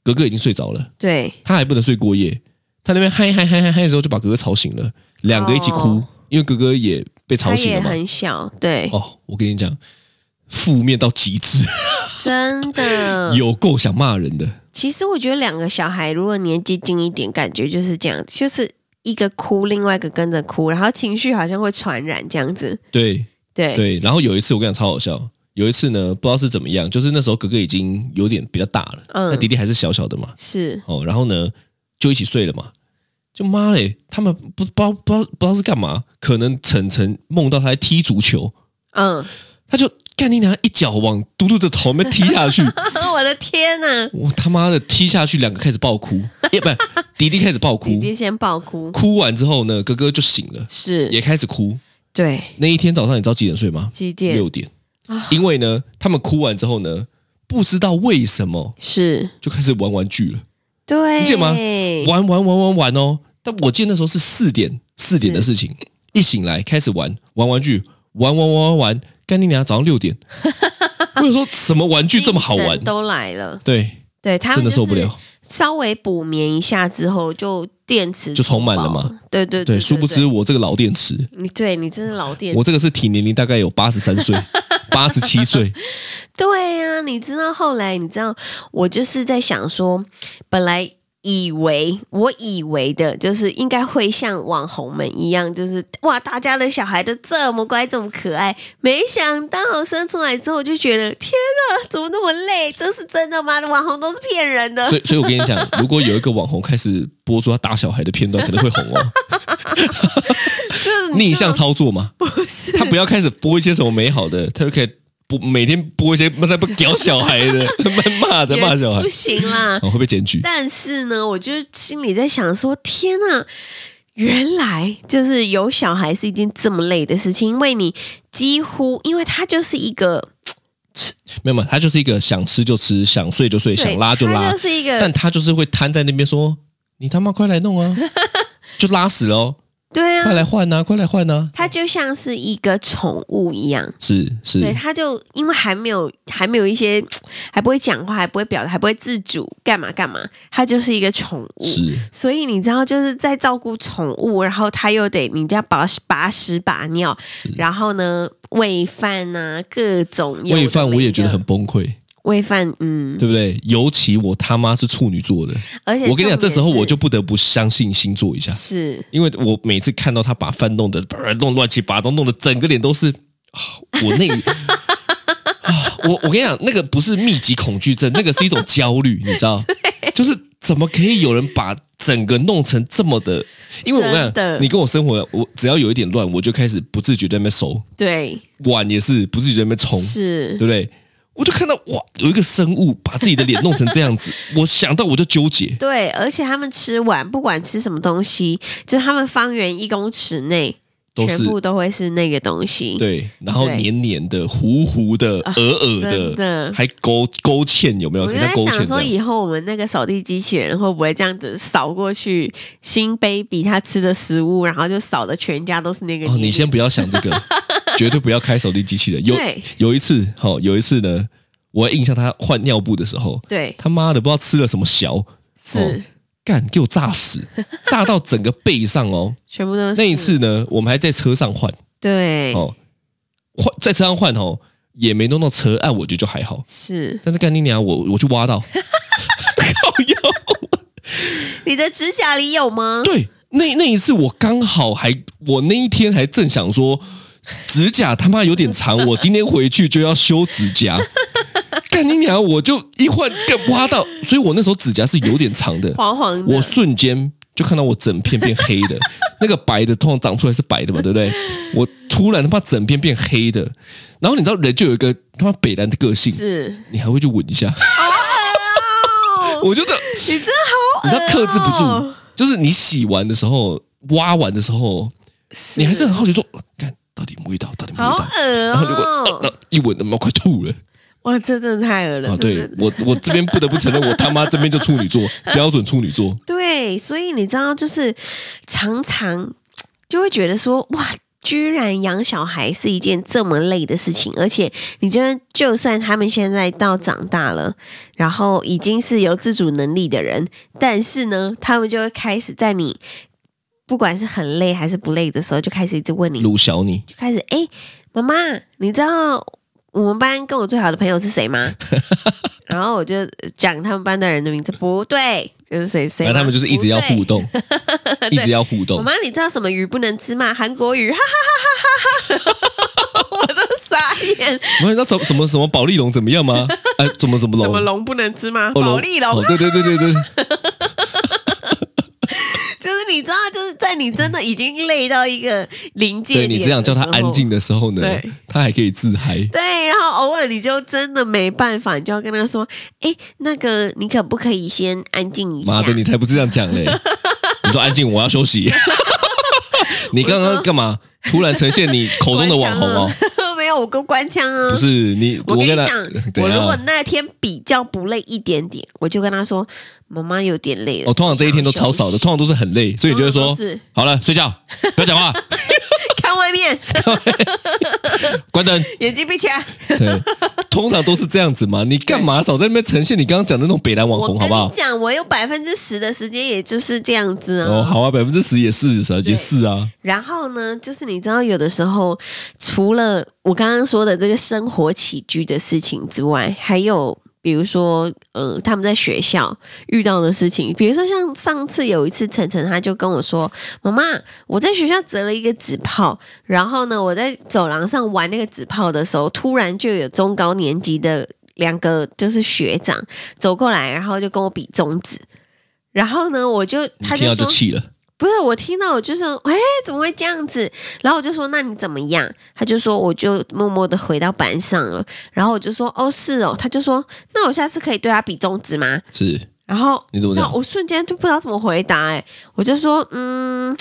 [SPEAKER 3] 格格已经睡着了，
[SPEAKER 2] 对，
[SPEAKER 3] 他还不能睡过夜，他那边嗨嗨嗨嗨嗨的时候就把格格吵醒了，两个一起哭，
[SPEAKER 2] 哦
[SPEAKER 3] 因为格格也被吵
[SPEAKER 2] 他
[SPEAKER 3] 醒
[SPEAKER 2] 也
[SPEAKER 3] 了嘛。
[SPEAKER 2] 很小，对，
[SPEAKER 3] 哦，我跟你讲，负面到极致，
[SPEAKER 2] 真的
[SPEAKER 3] 有够想骂人的。
[SPEAKER 2] 其实我觉得两个小孩如果年纪近一点，感觉就是这样，就是一个哭，另外一个跟着哭，然后情绪好像会传染这样子。
[SPEAKER 3] 对
[SPEAKER 2] 对
[SPEAKER 3] 对，然后有一次我跟你讲超好笑。有一次呢，不知道是怎么样，就是那时候格格已经有点比较大了，
[SPEAKER 2] 嗯
[SPEAKER 3] 那弟弟还是小小的嘛，
[SPEAKER 2] 是
[SPEAKER 3] 哦，然后呢就一起睡了嘛。就妈嘞，他们不不知道不知道不知道是干嘛，可能晨晨梦到他在踢足球，
[SPEAKER 2] 嗯，
[SPEAKER 3] 他就干你娘一脚往嘟嘟的头面踢下去，
[SPEAKER 2] 我的天啊呐、
[SPEAKER 3] 我他妈的踢下去，两个开始爆哭，也不是弟弟开始爆哭，
[SPEAKER 2] 弟弟先爆哭，
[SPEAKER 3] 哭完之后呢，哥哥就醒了，也
[SPEAKER 2] 是，
[SPEAKER 3] 开始哭。
[SPEAKER 2] 对，
[SPEAKER 3] 那一天早上你知道几点睡吗？
[SPEAKER 2] 几点？啊
[SPEAKER 3] 六点，因为呢，他们哭完之后呢，不知道为什么
[SPEAKER 2] 是，
[SPEAKER 3] 就开始玩玩具了。
[SPEAKER 2] 对，
[SPEAKER 3] 你记得吗玩玩玩玩玩哦。但我记得那时候是四点四点的事情，一醒来开始玩玩玩具，玩玩玩玩玩，干你娘！早上 六点，我有说什么玩具这么好
[SPEAKER 2] 精
[SPEAKER 3] 玩
[SPEAKER 2] 神？都来了，
[SPEAKER 3] 对，
[SPEAKER 2] 对他
[SPEAKER 3] 真
[SPEAKER 2] 们
[SPEAKER 3] 的
[SPEAKER 2] 就
[SPEAKER 3] 受不
[SPEAKER 2] 是
[SPEAKER 3] 了。
[SPEAKER 2] 稍微补眠一下之后，就电池
[SPEAKER 3] 就充满了嘛
[SPEAKER 2] 饱。对对
[SPEAKER 3] 对，
[SPEAKER 2] 对，
[SPEAKER 3] 殊不知
[SPEAKER 2] 对
[SPEAKER 3] 我这个老电池，
[SPEAKER 2] 你对你真的老电
[SPEAKER 3] 我这个是体年龄大概有八十三 岁、八十七岁，
[SPEAKER 2] 对呀、你知道后来，你知道我就是在想说，本来以为我以为的就是应该会像网红们一样，就是哇，大家的小孩都这么乖，这么可爱。没想到生出来之后，我就觉得天啊，怎么那么累？这是真的吗？网红都是骗人的
[SPEAKER 3] 所。以所以我跟你讲，如果有一个网红开始播出他打小孩的片段，可能会红哦。
[SPEAKER 2] 就是
[SPEAKER 3] 逆向
[SPEAKER 2] 操
[SPEAKER 3] 操作嘛，
[SPEAKER 2] 不是
[SPEAKER 3] 他不要开始播一些什么美好的，他就可以播每天播一些那不屌小孩 的，他骂的骂小孩
[SPEAKER 2] 不，行啦。
[SPEAKER 3] 哦、会被检举。
[SPEAKER 2] 但是呢，我就是心里在想说，天呐，原来就是有小孩是一件这么累的事情，因为你几乎，因为他就是一个，
[SPEAKER 3] 没有嘛，他就是一个想吃就吃，想睡就睡，
[SPEAKER 2] 对
[SPEAKER 3] 想拉就
[SPEAKER 2] 他
[SPEAKER 3] 拉
[SPEAKER 2] 就，是一个
[SPEAKER 3] 但，他就是会瘫在那边说：“你他妈快来弄 啊！”就拉屎喽，
[SPEAKER 2] 对啊，
[SPEAKER 3] 快来换啊，快来换啊！
[SPEAKER 2] 他就像是一个宠物一样。
[SPEAKER 3] 是是，
[SPEAKER 2] 对，他就因为还没有还没有一些还不会讲话，还不会表达，还不会自主，干嘛干嘛，他就是一个宠物。
[SPEAKER 3] 是
[SPEAKER 2] 所以你知道，就是在照顾宠物，然后他又得你家把把屎把尿，然后呢喂饭啊，各种有的
[SPEAKER 3] 喂饭，我
[SPEAKER 2] 没
[SPEAKER 3] 也
[SPEAKER 2] 的
[SPEAKER 3] 觉得很崩溃，
[SPEAKER 2] 喂饭，嗯，
[SPEAKER 3] 对不对？尤其我他妈是处女座的，
[SPEAKER 2] 而且
[SPEAKER 3] 我跟你讲，这时候我就
[SPEAKER 2] 重
[SPEAKER 3] 不得不相信星座一下
[SPEAKER 2] 点，是
[SPEAKER 3] 因为我每次看到他把饭弄得呃弄乱七八糟，弄得整个脸都是， 啊我那 啊我我跟你讲，那个不是密集恐惧症，那个是一种焦虑，你知 道？就是怎么可以有人把整个弄成这么的？因为我跟你
[SPEAKER 2] 真的
[SPEAKER 3] 讲，你跟我生活，我只要有一点乱，我就开始不自觉地在那边收
[SPEAKER 2] 对，
[SPEAKER 3] 碗，也是不自觉地在那边冲，
[SPEAKER 2] 是
[SPEAKER 3] 对不对？我就看到哇，有一个生物把自己的脸弄成这样子，我想到我就纠结。
[SPEAKER 2] 对，而且他们吃完不管吃什么东西，就他们方圆一公尺内
[SPEAKER 3] 都是
[SPEAKER 2] 全部都会是那个东西，
[SPEAKER 3] 对，然后
[SPEAKER 2] 对啊
[SPEAKER 3] 黏黏的、糊糊的、鹅鹅
[SPEAKER 2] 真的
[SPEAKER 3] 还勾勾芡，有没有？
[SPEAKER 2] 我
[SPEAKER 3] 可
[SPEAKER 2] 就
[SPEAKER 3] 能
[SPEAKER 2] 在
[SPEAKER 3] 勾
[SPEAKER 2] 想
[SPEAKER 3] 芡这
[SPEAKER 2] 说，
[SPEAKER 3] 样。
[SPEAKER 2] 以后我们那个扫地机器人会不会这样子扫过去新 baby 他吃的食物，然后就扫的全家都是那个
[SPEAKER 3] 哦，
[SPEAKER 2] 黏
[SPEAKER 3] 你
[SPEAKER 2] 黏
[SPEAKER 3] 先不要想这 个，绝对不要开手机机器人。有
[SPEAKER 2] 对
[SPEAKER 3] 有一次，好、有一次呢，我还印象他换尿布的时候，
[SPEAKER 2] 对
[SPEAKER 3] 他妈的不知道吃了什么小，
[SPEAKER 2] 是、
[SPEAKER 3] 哦干给我炸 死，炸到整个背上哦。
[SPEAKER 2] 全部都是
[SPEAKER 3] 那一次呢，我们还在车上换
[SPEAKER 2] 对、
[SPEAKER 3] 哦，换在车上换哦，也没弄到车，按我觉得就还好。
[SPEAKER 2] 是
[SPEAKER 3] 但是干你娘，我我去 挖到， 靠腰。
[SPEAKER 2] 你的指甲里有吗？
[SPEAKER 3] 对，那那一次我刚好还，我那一天还正想说，指甲他妈有点长，我今天回去就要修指甲。干你娘！我就一换干挖到，所以我那时候指甲是有点长的，
[SPEAKER 2] 黄黄的，
[SPEAKER 3] 我瞬间就看到我整片变黑的，那个白的通常长出来是白的嘛，对不对？我突然他妈整片变黑的，然后你知道人就有一个他妈北兰的个性，
[SPEAKER 2] 是
[SPEAKER 3] 你还会去闻一下，
[SPEAKER 2] 哦，
[SPEAKER 3] 我觉得
[SPEAKER 2] 你真好恶哦、哦
[SPEAKER 3] 你知道克制不住，就是你洗完的时候、挖完的时候，
[SPEAKER 2] 是
[SPEAKER 3] 你还是很好奇说，看呃到底有没有味道，到底有没有
[SPEAKER 2] 好
[SPEAKER 3] 味道。
[SPEAKER 2] 恶
[SPEAKER 3] 然后如果、呃
[SPEAKER 2] 哦、
[SPEAKER 3] 呃一闻，我快吐了
[SPEAKER 2] 哇，这真的太恶了。
[SPEAKER 3] 啊！
[SPEAKER 2] 真的
[SPEAKER 3] 对我，我这边不得不承认，我他妈这边就处 女座，标准处女座。
[SPEAKER 2] 对，所以你知道，就是常常就会觉得说，哇，居然养小孩是一件这么累的事情，而且你觉得，就算他们现在到长大了，然后已经是有自主能力的人，但是呢，他们就会开始在你不管是很累还是不累的时候，就开始一直问你，
[SPEAKER 3] 鲁小你，
[SPEAKER 2] 就开始，哎、妈妈，你知道我们班跟我最好的朋友是谁吗？然后我就讲他们班的人的名字，不对，就是谁谁
[SPEAKER 3] 反
[SPEAKER 2] 吗。
[SPEAKER 3] 正他们就是一直要互
[SPEAKER 2] 动。
[SPEAKER 3] 动，一直要互动
[SPEAKER 2] 妈。妈，你知道什么鱼不能吃吗？韩国鱼，哈哈哈哈哈哈！我都傻眼，
[SPEAKER 3] 我们知道什么什么什么保利龙怎么 样吗？哎，怎么怎么
[SPEAKER 2] 什么
[SPEAKER 3] 龙？
[SPEAKER 2] 龙不能吃吗？
[SPEAKER 3] 哦
[SPEAKER 2] 保利龙
[SPEAKER 3] 哦，对对对 对对，
[SPEAKER 2] 就是你知道，就是在你真的已经累到一个临界
[SPEAKER 3] 对
[SPEAKER 2] 点，
[SPEAKER 3] 你这样叫他安静。的时候呢
[SPEAKER 2] 对，
[SPEAKER 3] 他还可以自嗨。
[SPEAKER 2] 对，然后偶尔你就真的没办法，你就要跟他说：“哎，那个你可不可以先安静一下？”
[SPEAKER 3] 妈的，你才不是这 样讲嘞！你说安静，我要休息。你刚刚干嘛？突然呈现你口中的网红哦？
[SPEAKER 2] 关枪啊，啊 没有，我跟官腔啊。
[SPEAKER 3] 不，是你，啊
[SPEAKER 2] 我跟你
[SPEAKER 3] 跟他
[SPEAKER 2] 讲，
[SPEAKER 3] 怎
[SPEAKER 2] 我如果
[SPEAKER 3] 样？
[SPEAKER 2] 那天比较不累一点点，我就跟他说：“妈妈有点累了。
[SPEAKER 3] 哦我通常这一天都超少的，通常都是很累，所以你就会
[SPEAKER 2] 通
[SPEAKER 3] 说
[SPEAKER 2] 常都是：
[SPEAKER 3] 好了，睡觉，不要讲话，
[SPEAKER 2] 看外面，
[SPEAKER 3] 关灯。
[SPEAKER 2] 眼睛闭起来。
[SPEAKER 3] 对，通常都是这样子嘛。你干嘛少在那边呈现你刚刚讲的那种北兰网
[SPEAKER 2] 我
[SPEAKER 3] 红，
[SPEAKER 2] 跟
[SPEAKER 3] 好不好
[SPEAKER 2] 你？讲，我有百分之十的时间，也就是这样子啊。
[SPEAKER 3] 哦，好啊，百分之十也是，也是啊。
[SPEAKER 2] 然后呢，就是你知道，有的时候除了我刚刚说的这个生活起居的事情之外，还有比如说，呃，他们在学校遇到的事情，比如说像上次有一次，晨晨他就跟我说：“妈妈，我在学校折了一个纸炮，然后呢，我在走廊上玩那个纸炮的时候，突然就有中高年级的两个就是学长走过来，然后就跟我比中指。”然后呢，我就
[SPEAKER 3] 你
[SPEAKER 2] 他
[SPEAKER 3] 听
[SPEAKER 2] 就
[SPEAKER 3] 到
[SPEAKER 2] 说
[SPEAKER 3] 就气了，
[SPEAKER 2] 不是，我听到我就是，哎，怎么会这样子？然后我就说，那你怎么样？他就说，我就默默的回到班上了。然后我就说，哦，是哦。他就说，那我下次可以对他比中指吗？
[SPEAKER 3] 是
[SPEAKER 2] 然后
[SPEAKER 3] 你怎么
[SPEAKER 2] 那
[SPEAKER 3] 讲？
[SPEAKER 2] 我瞬间就不知道怎么回答、哎，我就说，嗯，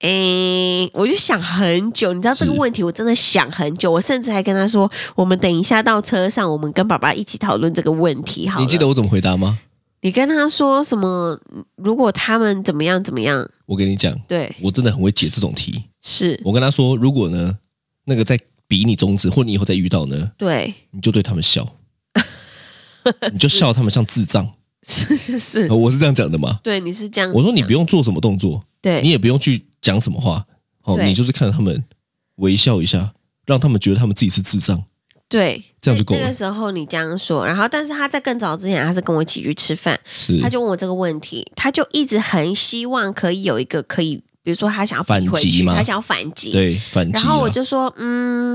[SPEAKER 2] 诶、我就想很久，你知道这个
[SPEAKER 3] 是
[SPEAKER 2] 问题，我真的想很久。我甚至还跟他说，我们等一下到车上，我们跟爸爸一起讨论这个问题好了。
[SPEAKER 3] 你记得我怎么回答吗？
[SPEAKER 2] 你跟他说什么？如果他们怎么样怎么样？
[SPEAKER 3] 我跟你讲，
[SPEAKER 2] 对，
[SPEAKER 3] 我真的很会解这种题。
[SPEAKER 2] 是，
[SPEAKER 3] 我跟他说，如果呢，那个在比你中指，或你以后再遇到呢，
[SPEAKER 2] 对。
[SPEAKER 3] 你就对他 们笑，你就笑他们像智障。
[SPEAKER 2] 是是是
[SPEAKER 3] 呃，我是这样讲的嘛。
[SPEAKER 2] 对，你是这样讲。
[SPEAKER 3] 我说你不用做什么动作，
[SPEAKER 2] 嗯对，
[SPEAKER 3] 你也不用去讲什么话，哦，
[SPEAKER 2] 对
[SPEAKER 3] 你就是看着他们微笑一下，让他们觉得他们自己是智障，
[SPEAKER 2] 对
[SPEAKER 3] 这样就够
[SPEAKER 2] 那
[SPEAKER 3] 了
[SPEAKER 2] 个。时候你这样说，然后但是他在更早之前，他是跟我一起去吃饭，
[SPEAKER 3] 是
[SPEAKER 2] 他就问我这个问题，他就一直很希望可以有一个可以，比如说他想要
[SPEAKER 3] 反
[SPEAKER 2] 逼回
[SPEAKER 3] 击
[SPEAKER 2] 去
[SPEAKER 3] 吗
[SPEAKER 2] 他想要反击，
[SPEAKER 3] 对反击啊。
[SPEAKER 2] 然后我就说，嗯，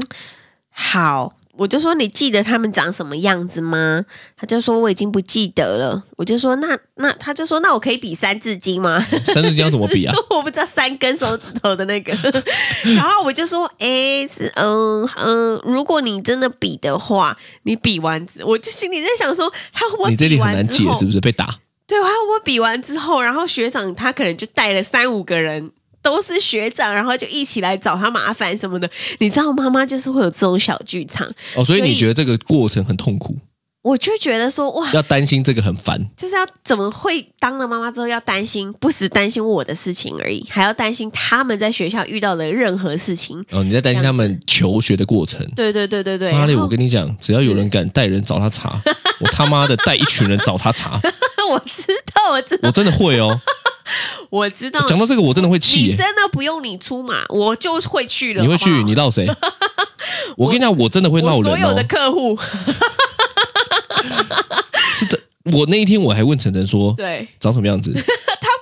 [SPEAKER 2] 好，我就说你记得他们长什么样子吗？他就说我已经不记得了。我就说那那他就说那我可以比三字经吗？
[SPEAKER 3] 三字经要怎么 比啊？
[SPEAKER 2] 我不知道三根手指头的那个， 然后我就说，哎、是嗯嗯，如果你真的比的话，你比完之，我就心里在想说，他会不会
[SPEAKER 3] 你这
[SPEAKER 2] 比
[SPEAKER 3] 里很
[SPEAKER 2] 完
[SPEAKER 3] 难
[SPEAKER 2] 之
[SPEAKER 3] 解
[SPEAKER 2] 后，
[SPEAKER 3] 是不是？被打
[SPEAKER 2] 对，他会不会比完之后，然后学长他可能就带了三五个人。都是学长，然后就一起来找他麻烦什么的，你知道妈妈就是会有这种小剧场，
[SPEAKER 3] 哦，所
[SPEAKER 2] 所
[SPEAKER 3] 以
[SPEAKER 2] 以
[SPEAKER 3] 你觉得这个过程很 痛苦，
[SPEAKER 2] 我就觉得说哇，
[SPEAKER 3] 要担心这个很烦。
[SPEAKER 2] 就是要怎么会当了妈妈之后要担心，不只担心我的事情而已，还要担心他们在学校遇到的任何事情，
[SPEAKER 3] 哦，你在担心他们求学的过程。
[SPEAKER 2] 对对对对对，
[SPEAKER 3] 妈的，
[SPEAKER 2] 然后
[SPEAKER 3] 我跟你讲，只要有人敢带人找他查，我他妈的带一群人找他查，
[SPEAKER 2] 我知道，我知道，
[SPEAKER 3] 我真的 会哦。
[SPEAKER 2] 我知道。
[SPEAKER 3] 讲到这个，我真的会气
[SPEAKER 2] 你
[SPEAKER 3] 耶。
[SPEAKER 2] 真的不用你出马，我就会去了。
[SPEAKER 3] 你会
[SPEAKER 2] 好不
[SPEAKER 3] 去？
[SPEAKER 2] 好
[SPEAKER 3] 你 闹谁？我跟你讲，我真的会闹
[SPEAKER 2] 我
[SPEAKER 3] 人
[SPEAKER 2] 所有的
[SPEAKER 3] 哦。
[SPEAKER 2] 客户，
[SPEAKER 3] 是这，我那一天我还问晨晨说
[SPEAKER 2] 对
[SPEAKER 3] 长什 么样子，
[SPEAKER 2] 他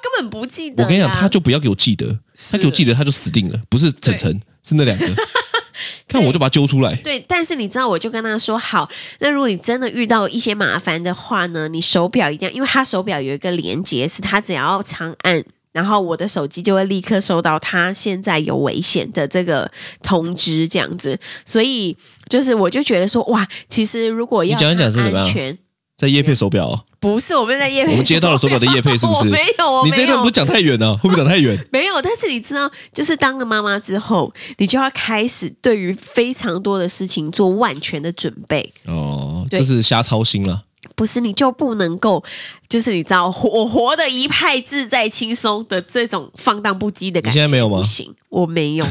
[SPEAKER 2] 根本不记得
[SPEAKER 3] 我
[SPEAKER 2] 啦。
[SPEAKER 3] 跟你讲，他就不要给我记得，
[SPEAKER 2] 是
[SPEAKER 3] 他给我记得他就死定了，不是晨晨，是那两个。 看我就把他揪出来，
[SPEAKER 2] 对，但是你知道，我就跟他说好，那如果你真的遇到一些麻烦的话呢，你手表一定要，因为他手表有一个连接，是他只要长按。然后我的手机就会立刻收到他现在有危险的这个通知，这样子，所以就是我就觉得说，哇，其实如果要
[SPEAKER 3] 你讲一讲
[SPEAKER 2] 他
[SPEAKER 3] 是怎么
[SPEAKER 2] 安
[SPEAKER 3] 样
[SPEAKER 2] 全，
[SPEAKER 3] 在叶配手表哦，
[SPEAKER 2] 不是我们在夜配，
[SPEAKER 3] 我们接到了手表的叶配是不是
[SPEAKER 2] 我没有，我没
[SPEAKER 3] 你
[SPEAKER 2] 有
[SPEAKER 3] 这一段不是讲太远啊了，会不会讲太远？
[SPEAKER 2] 没有，但是你知道，就是当了妈妈之后，你就要开始对于非常多的事情做万全的准备，
[SPEAKER 3] 哦，
[SPEAKER 2] 对
[SPEAKER 3] 这是瞎操 心啊了。
[SPEAKER 2] 不是你就不能够，就是你知道，我活得一派自在轻松的这种放荡不羁的感觉，
[SPEAKER 3] 你现在没有吗
[SPEAKER 2] 不？行，我没 有，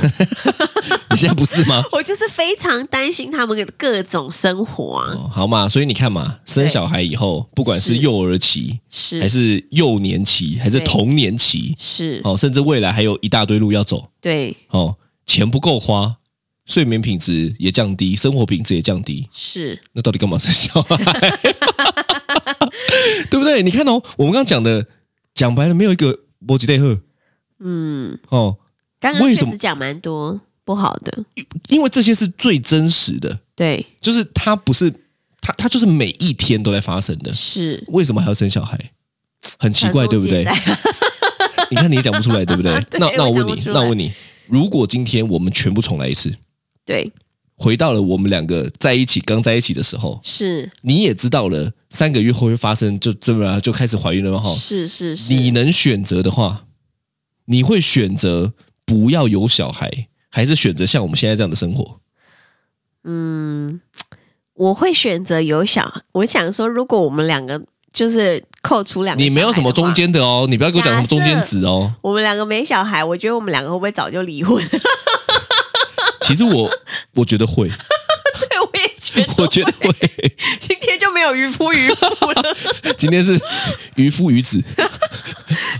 [SPEAKER 3] 你现在不是吗？
[SPEAKER 2] 我就是非常担心他们的各种生活啊，
[SPEAKER 3] 哦，好嘛，所以你看嘛，生
[SPEAKER 2] 对
[SPEAKER 3] 小孩以后，不管是
[SPEAKER 2] 是
[SPEAKER 3] 幼儿期，
[SPEAKER 2] 是
[SPEAKER 3] 还是幼年期，还是
[SPEAKER 2] 对
[SPEAKER 3] 童年期，
[SPEAKER 2] 是
[SPEAKER 3] 哦，甚至未来还有一大堆路要走，
[SPEAKER 2] 对，
[SPEAKER 3] 哦，钱不够花，睡眠品质也降低，生活品质也降低，
[SPEAKER 2] 是
[SPEAKER 3] 那到底干嘛生小孩？ 对不对？你看哦，我们刚刚讲的，讲白了，没有一个波吉内赫
[SPEAKER 2] 嗯，
[SPEAKER 3] 哦，
[SPEAKER 2] 刚刚
[SPEAKER 3] 为
[SPEAKER 2] 确
[SPEAKER 3] 什么
[SPEAKER 2] 实讲蛮多不好的，
[SPEAKER 3] 因为这些是最真实的，
[SPEAKER 2] 对，
[SPEAKER 3] 就是它不是它，它就是每一天都在发生的。
[SPEAKER 2] 是
[SPEAKER 3] 为什么还要生小孩？很奇怪，对不对？
[SPEAKER 2] 传宗接代
[SPEAKER 3] 你看你也讲不出来，对 不对？
[SPEAKER 2] 对
[SPEAKER 3] 那那我
[SPEAKER 2] 我
[SPEAKER 3] 问
[SPEAKER 2] 讲不
[SPEAKER 3] 你，
[SPEAKER 2] 出来
[SPEAKER 3] 那我问你，如果今天我们全部重来一次，
[SPEAKER 2] 对，
[SPEAKER 3] 回到了我们两个在一起刚在一起的时候，
[SPEAKER 2] 是
[SPEAKER 3] 你也知道了三个月后会发生，就这么啊就开始怀孕了嘛哈。
[SPEAKER 2] 是是是，
[SPEAKER 3] 你能选择的话，你会选择不要有小孩，还是选择像我们现在这样的生活？
[SPEAKER 2] 嗯，我会选择有小。我想说，如果我们两个就是扣除两个，
[SPEAKER 3] 你没有什么中，间的哦，你不要给我讲什么中间 值哦。
[SPEAKER 2] 我们两个没小孩，我觉得我们两个会不会早就离婚？
[SPEAKER 3] 其实我我觉 得 会，
[SPEAKER 2] 对，我也觉得，
[SPEAKER 3] 我觉得会。
[SPEAKER 2] 今天就没有渔夫渔妇了。
[SPEAKER 3] 今天是渔夫渔子，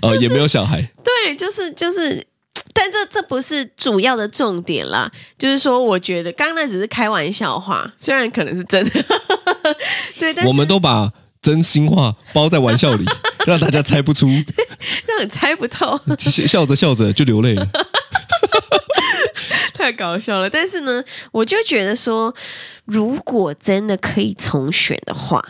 [SPEAKER 3] 呃，也没有小孩，
[SPEAKER 2] 对，就是就是。但这这不是主要的重点啦，就是说，我觉得刚刚那只是开玩笑话，虽然可能是真的， 对，但
[SPEAKER 3] 我
[SPEAKER 2] 是
[SPEAKER 3] 们都把真心话包在玩 笑里，让大家猜不出，
[SPEAKER 2] 让你猜不透。
[SPEAKER 3] 笑笑着笑着就流泪了。
[SPEAKER 2] 太搞笑了。但是呢，我就觉得说，如果真的可以重选的话，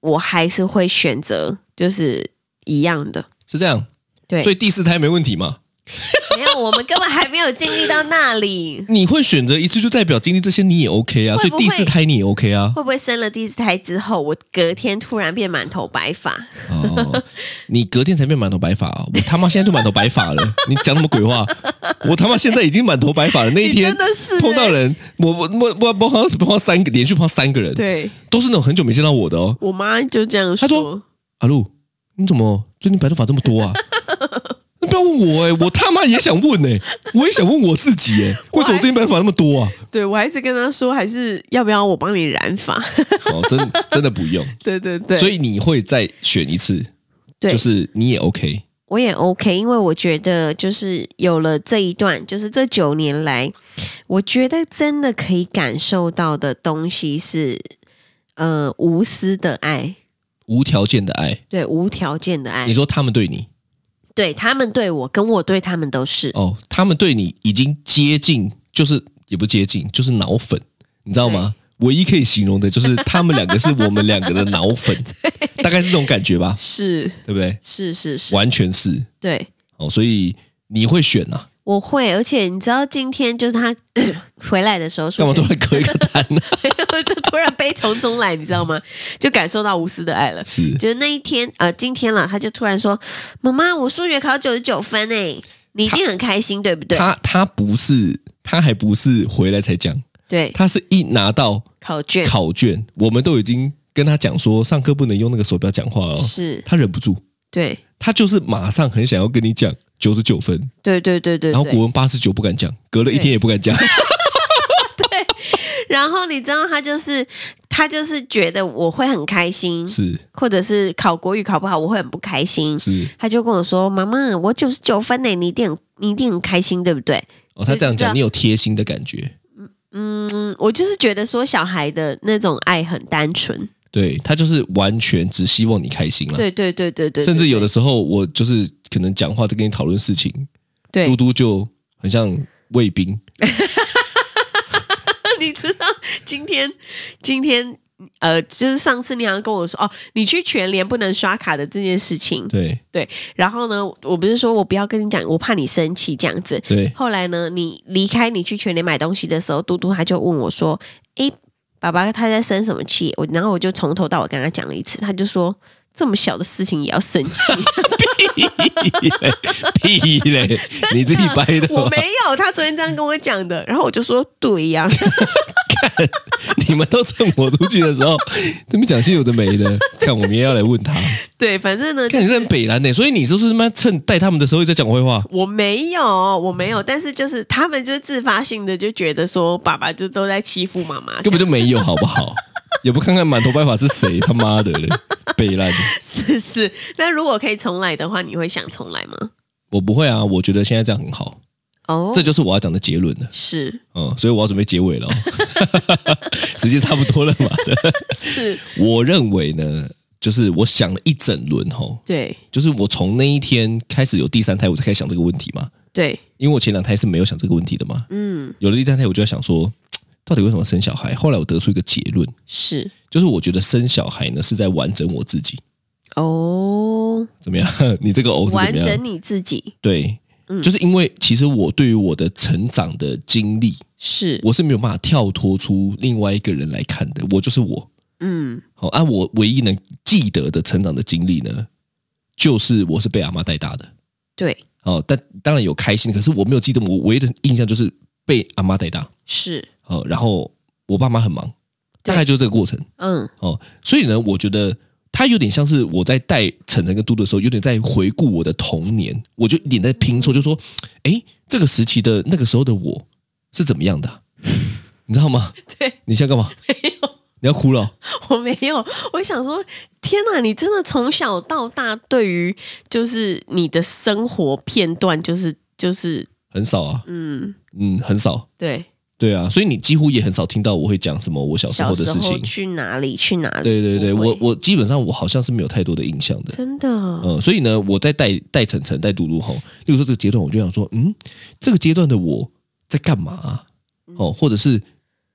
[SPEAKER 2] 我还是会选择就是一样的。
[SPEAKER 3] 是这样，
[SPEAKER 2] 对
[SPEAKER 3] 所以，第四胎没问题嘛？
[SPEAKER 2] 没有，我们根本还没有经历到那里。
[SPEAKER 3] 你会选择一次，就代表经历这些你也 OK 啊，所
[SPEAKER 2] 会
[SPEAKER 3] 以
[SPEAKER 2] 不会
[SPEAKER 3] 第四胎你也 OK 啊。
[SPEAKER 2] 会不会生了第一胎之后，我隔天突然变满头白发？
[SPEAKER 3] 哦，你隔天才变满头白发啊！我他妈现在就满头白发了，你讲什么鬼话？我他妈现在已经满头白发了。那一天
[SPEAKER 2] 你真的是欸
[SPEAKER 3] 碰到人，我我我我我好像碰到三个，连续碰到三个人，
[SPEAKER 2] 对
[SPEAKER 3] 都是那种很久没见到我的哦。
[SPEAKER 2] 我妈就这样
[SPEAKER 3] 她说阿露，你怎么最近白头发这么多啊？你不要问我哎、我他妈也想问哎、我也想问我自己哎、为什么我最近白头发那么多啊？
[SPEAKER 2] 对我还是跟她说，还是要不要我帮你染发？
[SPEAKER 3] 哦，真真的不用，
[SPEAKER 2] 对对对，
[SPEAKER 3] 所以你会再选一次，
[SPEAKER 2] 对
[SPEAKER 3] 就是你也 OK。
[SPEAKER 2] 我也 OK，因为我觉得就是有了这一段，就是这九年来，我觉得真的可以感受到的东西是，呃，无私的爱，
[SPEAKER 3] 无条件的爱，
[SPEAKER 2] 对，无条件的爱
[SPEAKER 3] 你，说他们对你
[SPEAKER 2] 对他们对我跟我对他们都是，
[SPEAKER 3] 哦，他们对你已经接近，就是也不接近，就是脑粉，你知道吗？唯一可以形容的就是他们两个是我们两个的脑 粉，大概是这种感觉吧，
[SPEAKER 2] 是
[SPEAKER 3] 对不对？
[SPEAKER 2] 是是是，
[SPEAKER 3] 完全是
[SPEAKER 2] 对，
[SPEAKER 3] 哦，所以你会选呐、啊？
[SPEAKER 2] 我会，而且你知道今天就是他 回来的时候，
[SPEAKER 3] 干嘛
[SPEAKER 2] 说
[SPEAKER 3] 突然隔一个单 呢、
[SPEAKER 2] 就突然悲从中来，你知道吗？就感受到无私的爱了。
[SPEAKER 3] 是
[SPEAKER 2] 就是那一天，呃，今天了，他就突然说：“妈妈，我数学考九十九分诶，你一定很开心，对不对
[SPEAKER 3] 他，他不是，他还不是回来才讲，？”
[SPEAKER 2] 对，
[SPEAKER 3] 他是一拿到
[SPEAKER 2] 考卷
[SPEAKER 3] 考卷，我们都已经跟他讲说上课不能用那个手表讲话哦，
[SPEAKER 2] 是，
[SPEAKER 3] 他忍不住，
[SPEAKER 2] 对，
[SPEAKER 3] 他就是马上很想要跟你讲九十九分，
[SPEAKER 2] 对对对对
[SPEAKER 3] 然后国
[SPEAKER 2] 对。
[SPEAKER 3] 文八十九不敢讲，隔了一天也不敢讲。
[SPEAKER 2] 然后你知道他就是他就是觉得我会很开心，
[SPEAKER 3] 是
[SPEAKER 2] 或者是考国语考不好，我会很不开心。
[SPEAKER 3] 是，
[SPEAKER 2] 他就跟我说：“妈妈，我九十九分呢，欸你一定很你一定很开心，对不对
[SPEAKER 3] 哦，他这样
[SPEAKER 2] 对
[SPEAKER 3] 讲，你有贴心的感觉。？”
[SPEAKER 2] 嗯，我就是觉得说小孩的那种爱很单纯，
[SPEAKER 3] 对他就是完全只希望你开心了。
[SPEAKER 2] 对对对对对，
[SPEAKER 3] 甚至有的
[SPEAKER 2] 对
[SPEAKER 3] 时候我就是可能讲话在跟你讨论事情，
[SPEAKER 2] 对
[SPEAKER 3] 嘟嘟就很像卫兵，
[SPEAKER 2] 你知道今天今天呃，就是上次你好像跟我说哦，你去全联不能刷卡的这件事情，
[SPEAKER 3] 对
[SPEAKER 2] 然后呢，我不是说我不要跟你讲，我怕你生气这样子。
[SPEAKER 3] 对
[SPEAKER 2] 后来呢，你离开你去全联买东西的时候，嘟嘟他就问我说：“诶，爸爸他在生什么气，我然后我就从头到尾跟他讲了一次，他就说这么小的事情也要生气，
[SPEAKER 3] 屁嘞，你自己掰的
[SPEAKER 2] 我
[SPEAKER 3] 吧？
[SPEAKER 2] 没有，他昨天这样跟我讲的，然后我就说对呀、
[SPEAKER 3] 你们都趁我出去 的时候，他们讲些有的没的，看我明天要来问他。
[SPEAKER 2] 对，反正呢，
[SPEAKER 3] 看你是很北蓝呢、所以你就是他妈趁带他们的时候在讲坏话。
[SPEAKER 2] 我没有，我没有，但是就是他们就自发性的就觉得说爸爸就都在欺负妈妈，
[SPEAKER 3] 根本就没有，好不好？也不看看满头白发是谁，他妈的嘞，北烂！
[SPEAKER 2] 是是。那如果可以重来的话，你会想重来吗？
[SPEAKER 3] 我不会啊，我觉得现在这样很好，
[SPEAKER 2] 哦
[SPEAKER 3] 这就是我要讲的结论了。
[SPEAKER 2] 是
[SPEAKER 3] 嗯，所以我要准备结尾了、哦， 时间差不多了嘛。
[SPEAKER 2] 是，
[SPEAKER 3] 我认为呢，就是我想了一整轮吼，
[SPEAKER 2] 对
[SPEAKER 3] 就是我从那一天开始有第三胎，我才开始想这个问题嘛。
[SPEAKER 2] 对，
[SPEAKER 3] 因为我前两胎是没有想这个问题的嘛，
[SPEAKER 2] 嗯，
[SPEAKER 3] 有了第三胎，我就在想说，到底为什么生小孩？后来我得出一个结论，
[SPEAKER 2] 是
[SPEAKER 3] 就是我觉得生小孩呢是在完整我自己。
[SPEAKER 2] 哦，
[SPEAKER 3] 怎么样？ 你这个偶是怎
[SPEAKER 2] 完
[SPEAKER 3] 么样
[SPEAKER 2] 整？你自己
[SPEAKER 3] 对，就是因为其实我对于我的成长的经历，
[SPEAKER 2] 是，
[SPEAKER 3] 我是没有办法跳脱出另外一个人来看的，我就是我。
[SPEAKER 2] 嗯，
[SPEAKER 3] 好、啊，我唯一能记得的成长的经历呢，就是我是被阿妈带大的。
[SPEAKER 2] 对，
[SPEAKER 3] 哦，但当然有开心，可是我没有记得，我唯一的印象就是被阿妈带大。
[SPEAKER 2] 是，
[SPEAKER 3] 哦，然后我爸妈很忙，
[SPEAKER 2] 对
[SPEAKER 3] 大概就是这个过程。
[SPEAKER 2] 嗯，
[SPEAKER 3] 哦，所以呢，我觉得他有点像是我在带晨晨跟嘟嘟的时候，有点在回顾我的童年，我就有点在拼凑，就说，哎，这个时期的那个时候的我是怎么样的啊、 你知道吗？
[SPEAKER 2] 对，
[SPEAKER 3] 你现在干嘛？
[SPEAKER 2] 没有。
[SPEAKER 3] 你要哭了哦、
[SPEAKER 2] 我没有，我想说，天哪！你真的从小到大，对于就是你的生活片段，就是就是，
[SPEAKER 3] 很少啊，
[SPEAKER 2] 嗯，
[SPEAKER 3] 嗯，很少。
[SPEAKER 2] 对，
[SPEAKER 3] 对啊，所以你几乎也很少听到我会讲什么我小时
[SPEAKER 2] 小
[SPEAKER 3] 候的
[SPEAKER 2] 时
[SPEAKER 3] 事
[SPEAKER 2] 候
[SPEAKER 3] 情。
[SPEAKER 2] 去哪里去哪里，
[SPEAKER 3] 对对对，
[SPEAKER 2] 不会
[SPEAKER 3] 我我基本上我好像是没有太多的印象的。
[SPEAKER 2] 真的，
[SPEAKER 3] 嗯，所以呢，我在带带晨晨带嘟嘟吼，例如说这个阶段，我就想说，嗯，这个阶段的我在干嘛啊、哦，或者是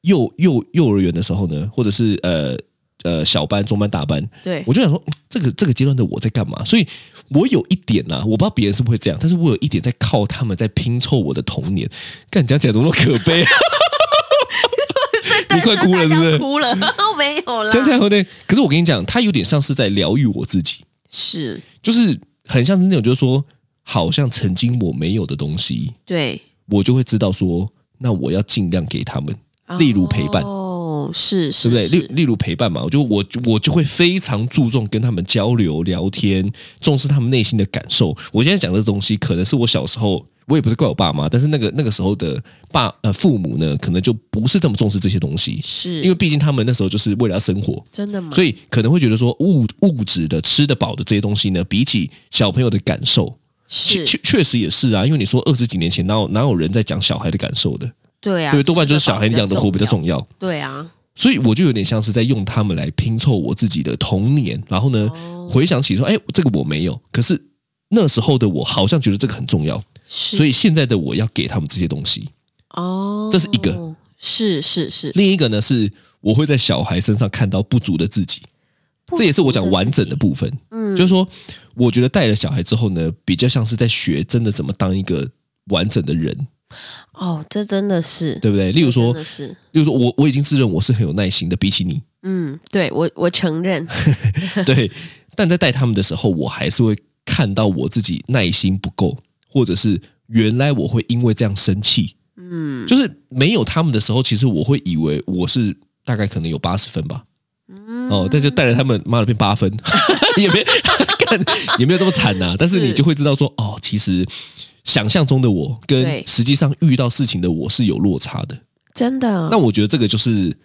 [SPEAKER 3] 幼幼幼儿园的时候呢，或者是呃呃小班、中班、大班，
[SPEAKER 2] 对
[SPEAKER 3] 我，就想说，嗯这个这个阶段的我在干嘛？所以我有一点啦、我不知道别人是不是会这样，但是我有一点在靠他们在拼凑我的童年。干讲起来怎么那么可悲啊？ 你快哭了是不
[SPEAKER 2] 大家
[SPEAKER 3] 是？
[SPEAKER 2] 哭了， 没有啦，
[SPEAKER 3] 讲起来有点，可是我跟你讲，他有点像是在疗愈我自己。
[SPEAKER 2] 是，
[SPEAKER 3] 就是很像是那种，就是说，好像曾经我没有的东西，
[SPEAKER 2] 对，
[SPEAKER 3] 我就会知道说，那我要尽量给他们，例如陪伴，
[SPEAKER 2] 哦，是，
[SPEAKER 3] 对
[SPEAKER 2] 是
[SPEAKER 3] 不对？例
[SPEAKER 2] 是
[SPEAKER 3] 例如陪伴嘛，我就我我就会非常注重跟他们交流、聊天，重视他们内心的感受。我现在讲的东西，可能是我小时候。我也不是怪我爸妈，但是那个那个时候的爸呃父母呢，可能就不是这么重视这些东西，
[SPEAKER 2] 是，
[SPEAKER 3] 因为毕竟他们那时候就是为了要生活，
[SPEAKER 2] 真的吗？
[SPEAKER 3] 所以可能会觉得说物物质的、吃得饱的这些东西呢，比起小朋友的感受，
[SPEAKER 2] 是
[SPEAKER 3] 确确，确实也是啊。因为你说二十几年前，哪有哪有人在讲小孩的感受的？
[SPEAKER 2] 对啊，
[SPEAKER 3] 对，多半就是
[SPEAKER 2] 吃得
[SPEAKER 3] 小
[SPEAKER 2] 饱
[SPEAKER 3] 孩养的活比较重要。
[SPEAKER 2] 对啊，
[SPEAKER 3] 所以我就有点像是在用他们来拼凑我自己的童年，然后呢，
[SPEAKER 2] 哦
[SPEAKER 3] 回想起说，哎，这个我没有，可是那时候的我好像觉得这个很重要，
[SPEAKER 2] 是，
[SPEAKER 3] 所以现在的我要给他们这些东西。
[SPEAKER 2] 哦，
[SPEAKER 3] 这是一个，
[SPEAKER 2] 是是是，
[SPEAKER 3] 另一个呢，是我会在小孩身上看到不足的自己，这也是我讲完整的部分。
[SPEAKER 2] 嗯
[SPEAKER 3] 就是说，我觉得带了小孩之后呢，比较像是在学真的怎么当一个完整的人，
[SPEAKER 2] 哦，这真的是，
[SPEAKER 3] 对不对？例
[SPEAKER 2] 这
[SPEAKER 3] 如说
[SPEAKER 2] 真的，是，
[SPEAKER 3] 例如说我我已经自认我是很有耐心的，比起你，
[SPEAKER 2] 嗯，对我我承 认，
[SPEAKER 3] 对。但在带他们的时候，我还是会看到我自己耐心不够，或者是原来我会因为这样生气，
[SPEAKER 2] 嗯
[SPEAKER 3] 就是没有他们的时候，其实我会以为我是大概可能有八十分吧。哦，但就带着他们，妈的变八分， 也没干，也没有这么惨呐、但是你
[SPEAKER 2] 是
[SPEAKER 3] 就会知道说，哦，其实想象中的我跟
[SPEAKER 2] 对
[SPEAKER 3] 实际上遇到事情的我是有落差的。
[SPEAKER 2] 真的，啊
[SPEAKER 3] 那我觉得这个就是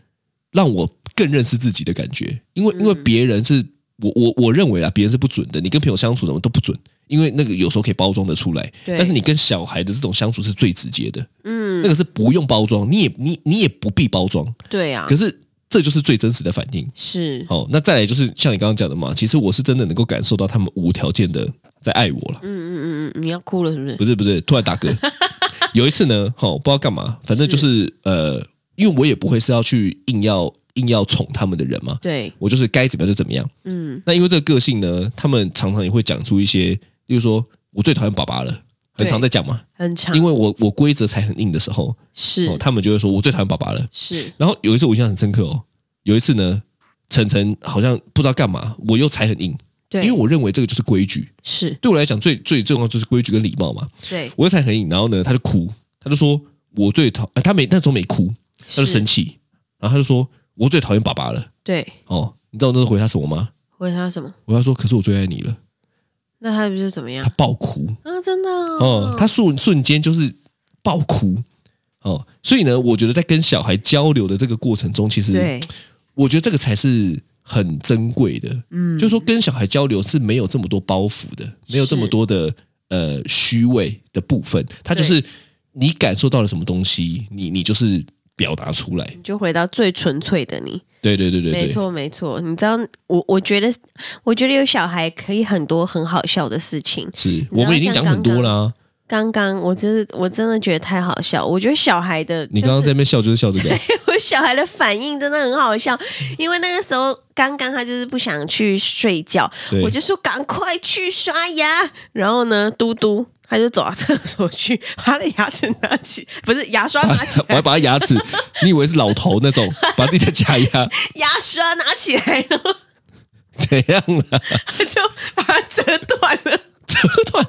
[SPEAKER 3] 让我更认识自己的感觉，因为因
[SPEAKER 2] 嗯
[SPEAKER 3] 为别人是我我我认为啊，别人是不准的，你跟朋友相处什么都不准，因为那个有时候可以包装的出来，
[SPEAKER 2] 对
[SPEAKER 3] 但是你跟小孩的这种相处是最直接的，那
[SPEAKER 2] 嗯，
[SPEAKER 3] 个是不用包装，你也你你也不必包装，
[SPEAKER 2] 对啊，
[SPEAKER 3] 可是这就是最真实的反应。
[SPEAKER 2] 是
[SPEAKER 3] 哦，那再来就是像你刚刚讲的嘛，其实我是真的能够感受到他们无条件的在爱我了
[SPEAKER 2] 嗯，嗯嗯嗯，你要哭了是不是？
[SPEAKER 3] 不是不是，突然打 嗝。有一次呢，哦，不知道干嘛，反正就是呃，因为我也不会是要去硬要硬要宠他们的人嘛，
[SPEAKER 2] 对，
[SPEAKER 3] 我就是该怎么样就怎么样。
[SPEAKER 2] 嗯，
[SPEAKER 3] 那因为这个个性呢，他们常常也会讲出一些，例如说我最讨厌爸爸了，很常在讲嘛，
[SPEAKER 2] 很长，
[SPEAKER 3] 因为我我规则才很硬的时候，
[SPEAKER 2] 啊是
[SPEAKER 3] 哦，他们就会说我最讨厌爸爸了。
[SPEAKER 2] 是
[SPEAKER 3] 然后有一次我印象很深刻哦，有一次呢，晨晨好像不知道干嘛，我又踩很硬，因
[SPEAKER 2] 对，
[SPEAKER 3] 为我认为这个就是规矩，
[SPEAKER 2] 是
[SPEAKER 3] 对我来讲最最重要就是规矩跟礼貌嘛。
[SPEAKER 2] 对，
[SPEAKER 3] 我又踩很硬，然后呢，他就哭，他就说我最讨、呃他没那时候没哭，他就是生气，然后他就说我最讨厌爸爸了。
[SPEAKER 2] 对，
[SPEAKER 3] 哦，你知道我那时候回他什么吗？
[SPEAKER 2] 回他什么？
[SPEAKER 3] 我要说，可是我最爱你了。
[SPEAKER 2] 那他不是怎么样
[SPEAKER 3] 他爆哭，
[SPEAKER 2] 啊？真的
[SPEAKER 3] 哦
[SPEAKER 2] 哦，，
[SPEAKER 3] 他瞬瞬间就是爆哭，哦，所以呢，我觉得在跟小孩交流的这个过程中，其实
[SPEAKER 2] 对，
[SPEAKER 3] 我觉得这个才是很珍贵的，
[SPEAKER 2] 嗯，
[SPEAKER 3] 就是说跟小孩交流是没有这么多包袱的，没有这么多的呃虚伪的部分，他就是你感受到了什么东西，你你就是表达出来，
[SPEAKER 2] 你就回到最纯粹的你。
[SPEAKER 3] 对对对对对，
[SPEAKER 2] 没错，没错。你知道，我我觉得，我觉得有小孩可以很多很好笑的事情。
[SPEAKER 3] 是我们已经讲很多啦、
[SPEAKER 2] 刚刚我就是我真的觉得太好笑。我觉得小孩的、就是，
[SPEAKER 3] 你刚刚在那边笑就是笑这 个，
[SPEAKER 2] 我小孩的反应真的很好笑，因为那个时候刚刚他就是不想去睡觉，
[SPEAKER 3] 对
[SPEAKER 2] 我就说赶快去刷牙，然后呢，嘟嘟。他就走到厕所去， 把他的牙齿拿起，不是牙刷
[SPEAKER 3] 把
[SPEAKER 2] 拿起
[SPEAKER 3] 啊我 还
[SPEAKER 2] 来，
[SPEAKER 3] 把他牙齿，你以为是老头那种， 把自己的假牙
[SPEAKER 2] 牙刷拿起来，然后
[SPEAKER 3] 怎样啊 了？
[SPEAKER 2] 他就把它折断了，折断。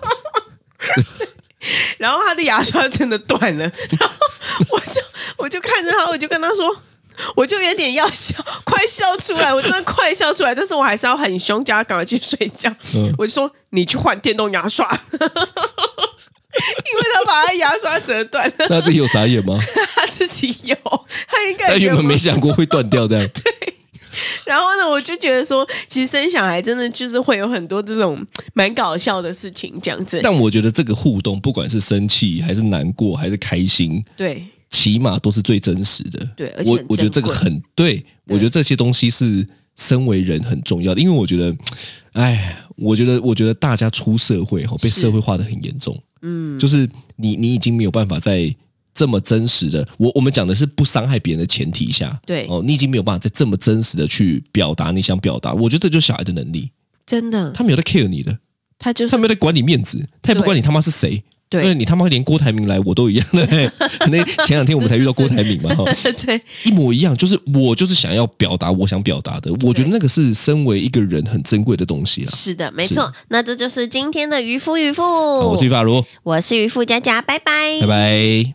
[SPEAKER 2] 然后他的牙刷真的断 了，然后我就我就看着他，我就跟他说，我就有点要笑，快笑出来，我真的快笑出来，但是我还是要很凶，叫他赶快去睡觉。
[SPEAKER 3] 嗯
[SPEAKER 2] 我就说你去换电动牙 刷，因为他把他牙刷折断了，
[SPEAKER 3] 那自己有傻眼 吗？
[SPEAKER 2] 他自己有，他应该
[SPEAKER 3] 但原
[SPEAKER 2] 有
[SPEAKER 3] 本没想过会断掉这样。
[SPEAKER 2] 然后呢，我就觉得说，其实生小孩真的就是会有很多这种蛮搞笑的事情，这样子。
[SPEAKER 3] 但我觉得这个互动，不管是生气还是难过还是开心，
[SPEAKER 2] 对
[SPEAKER 3] 起码都是最真实的。
[SPEAKER 2] 对而且
[SPEAKER 3] 我
[SPEAKER 2] 很
[SPEAKER 3] 我觉得这个
[SPEAKER 2] 珍贵
[SPEAKER 3] 很对，我觉得这些东西是身为人很重要的，因为我觉得，哎，我觉得我觉得大家出社会后被
[SPEAKER 2] 是
[SPEAKER 3] 社会化的很严重，嗯，就是你你已经没有办法在。这么真实的，我我们讲的是不伤害别人的前提下，
[SPEAKER 2] 对
[SPEAKER 3] 哦，你已经没有办法在这么真实的去表达你想表达，我觉得这就是小孩的能力，
[SPEAKER 2] 真的，
[SPEAKER 3] 他没有在 care 你的，
[SPEAKER 2] 他就是
[SPEAKER 3] 他没有在管你面子，他也不管你他妈是谁，
[SPEAKER 2] 对
[SPEAKER 3] 你他妈连郭台铭来我都一样的。那前两天我们才遇到郭台铭嘛，哈，
[SPEAKER 2] 对
[SPEAKER 3] 一模一样，就是我就是想要表达我想表达的，我觉得那个是身为一个人很珍贵的东西啊。
[SPEAKER 2] 是的，没错。那这就是今天的渔夫渔夫，
[SPEAKER 3] 好，我是于法如，
[SPEAKER 2] 我是渔夫佳佳，拜拜
[SPEAKER 3] 拜拜。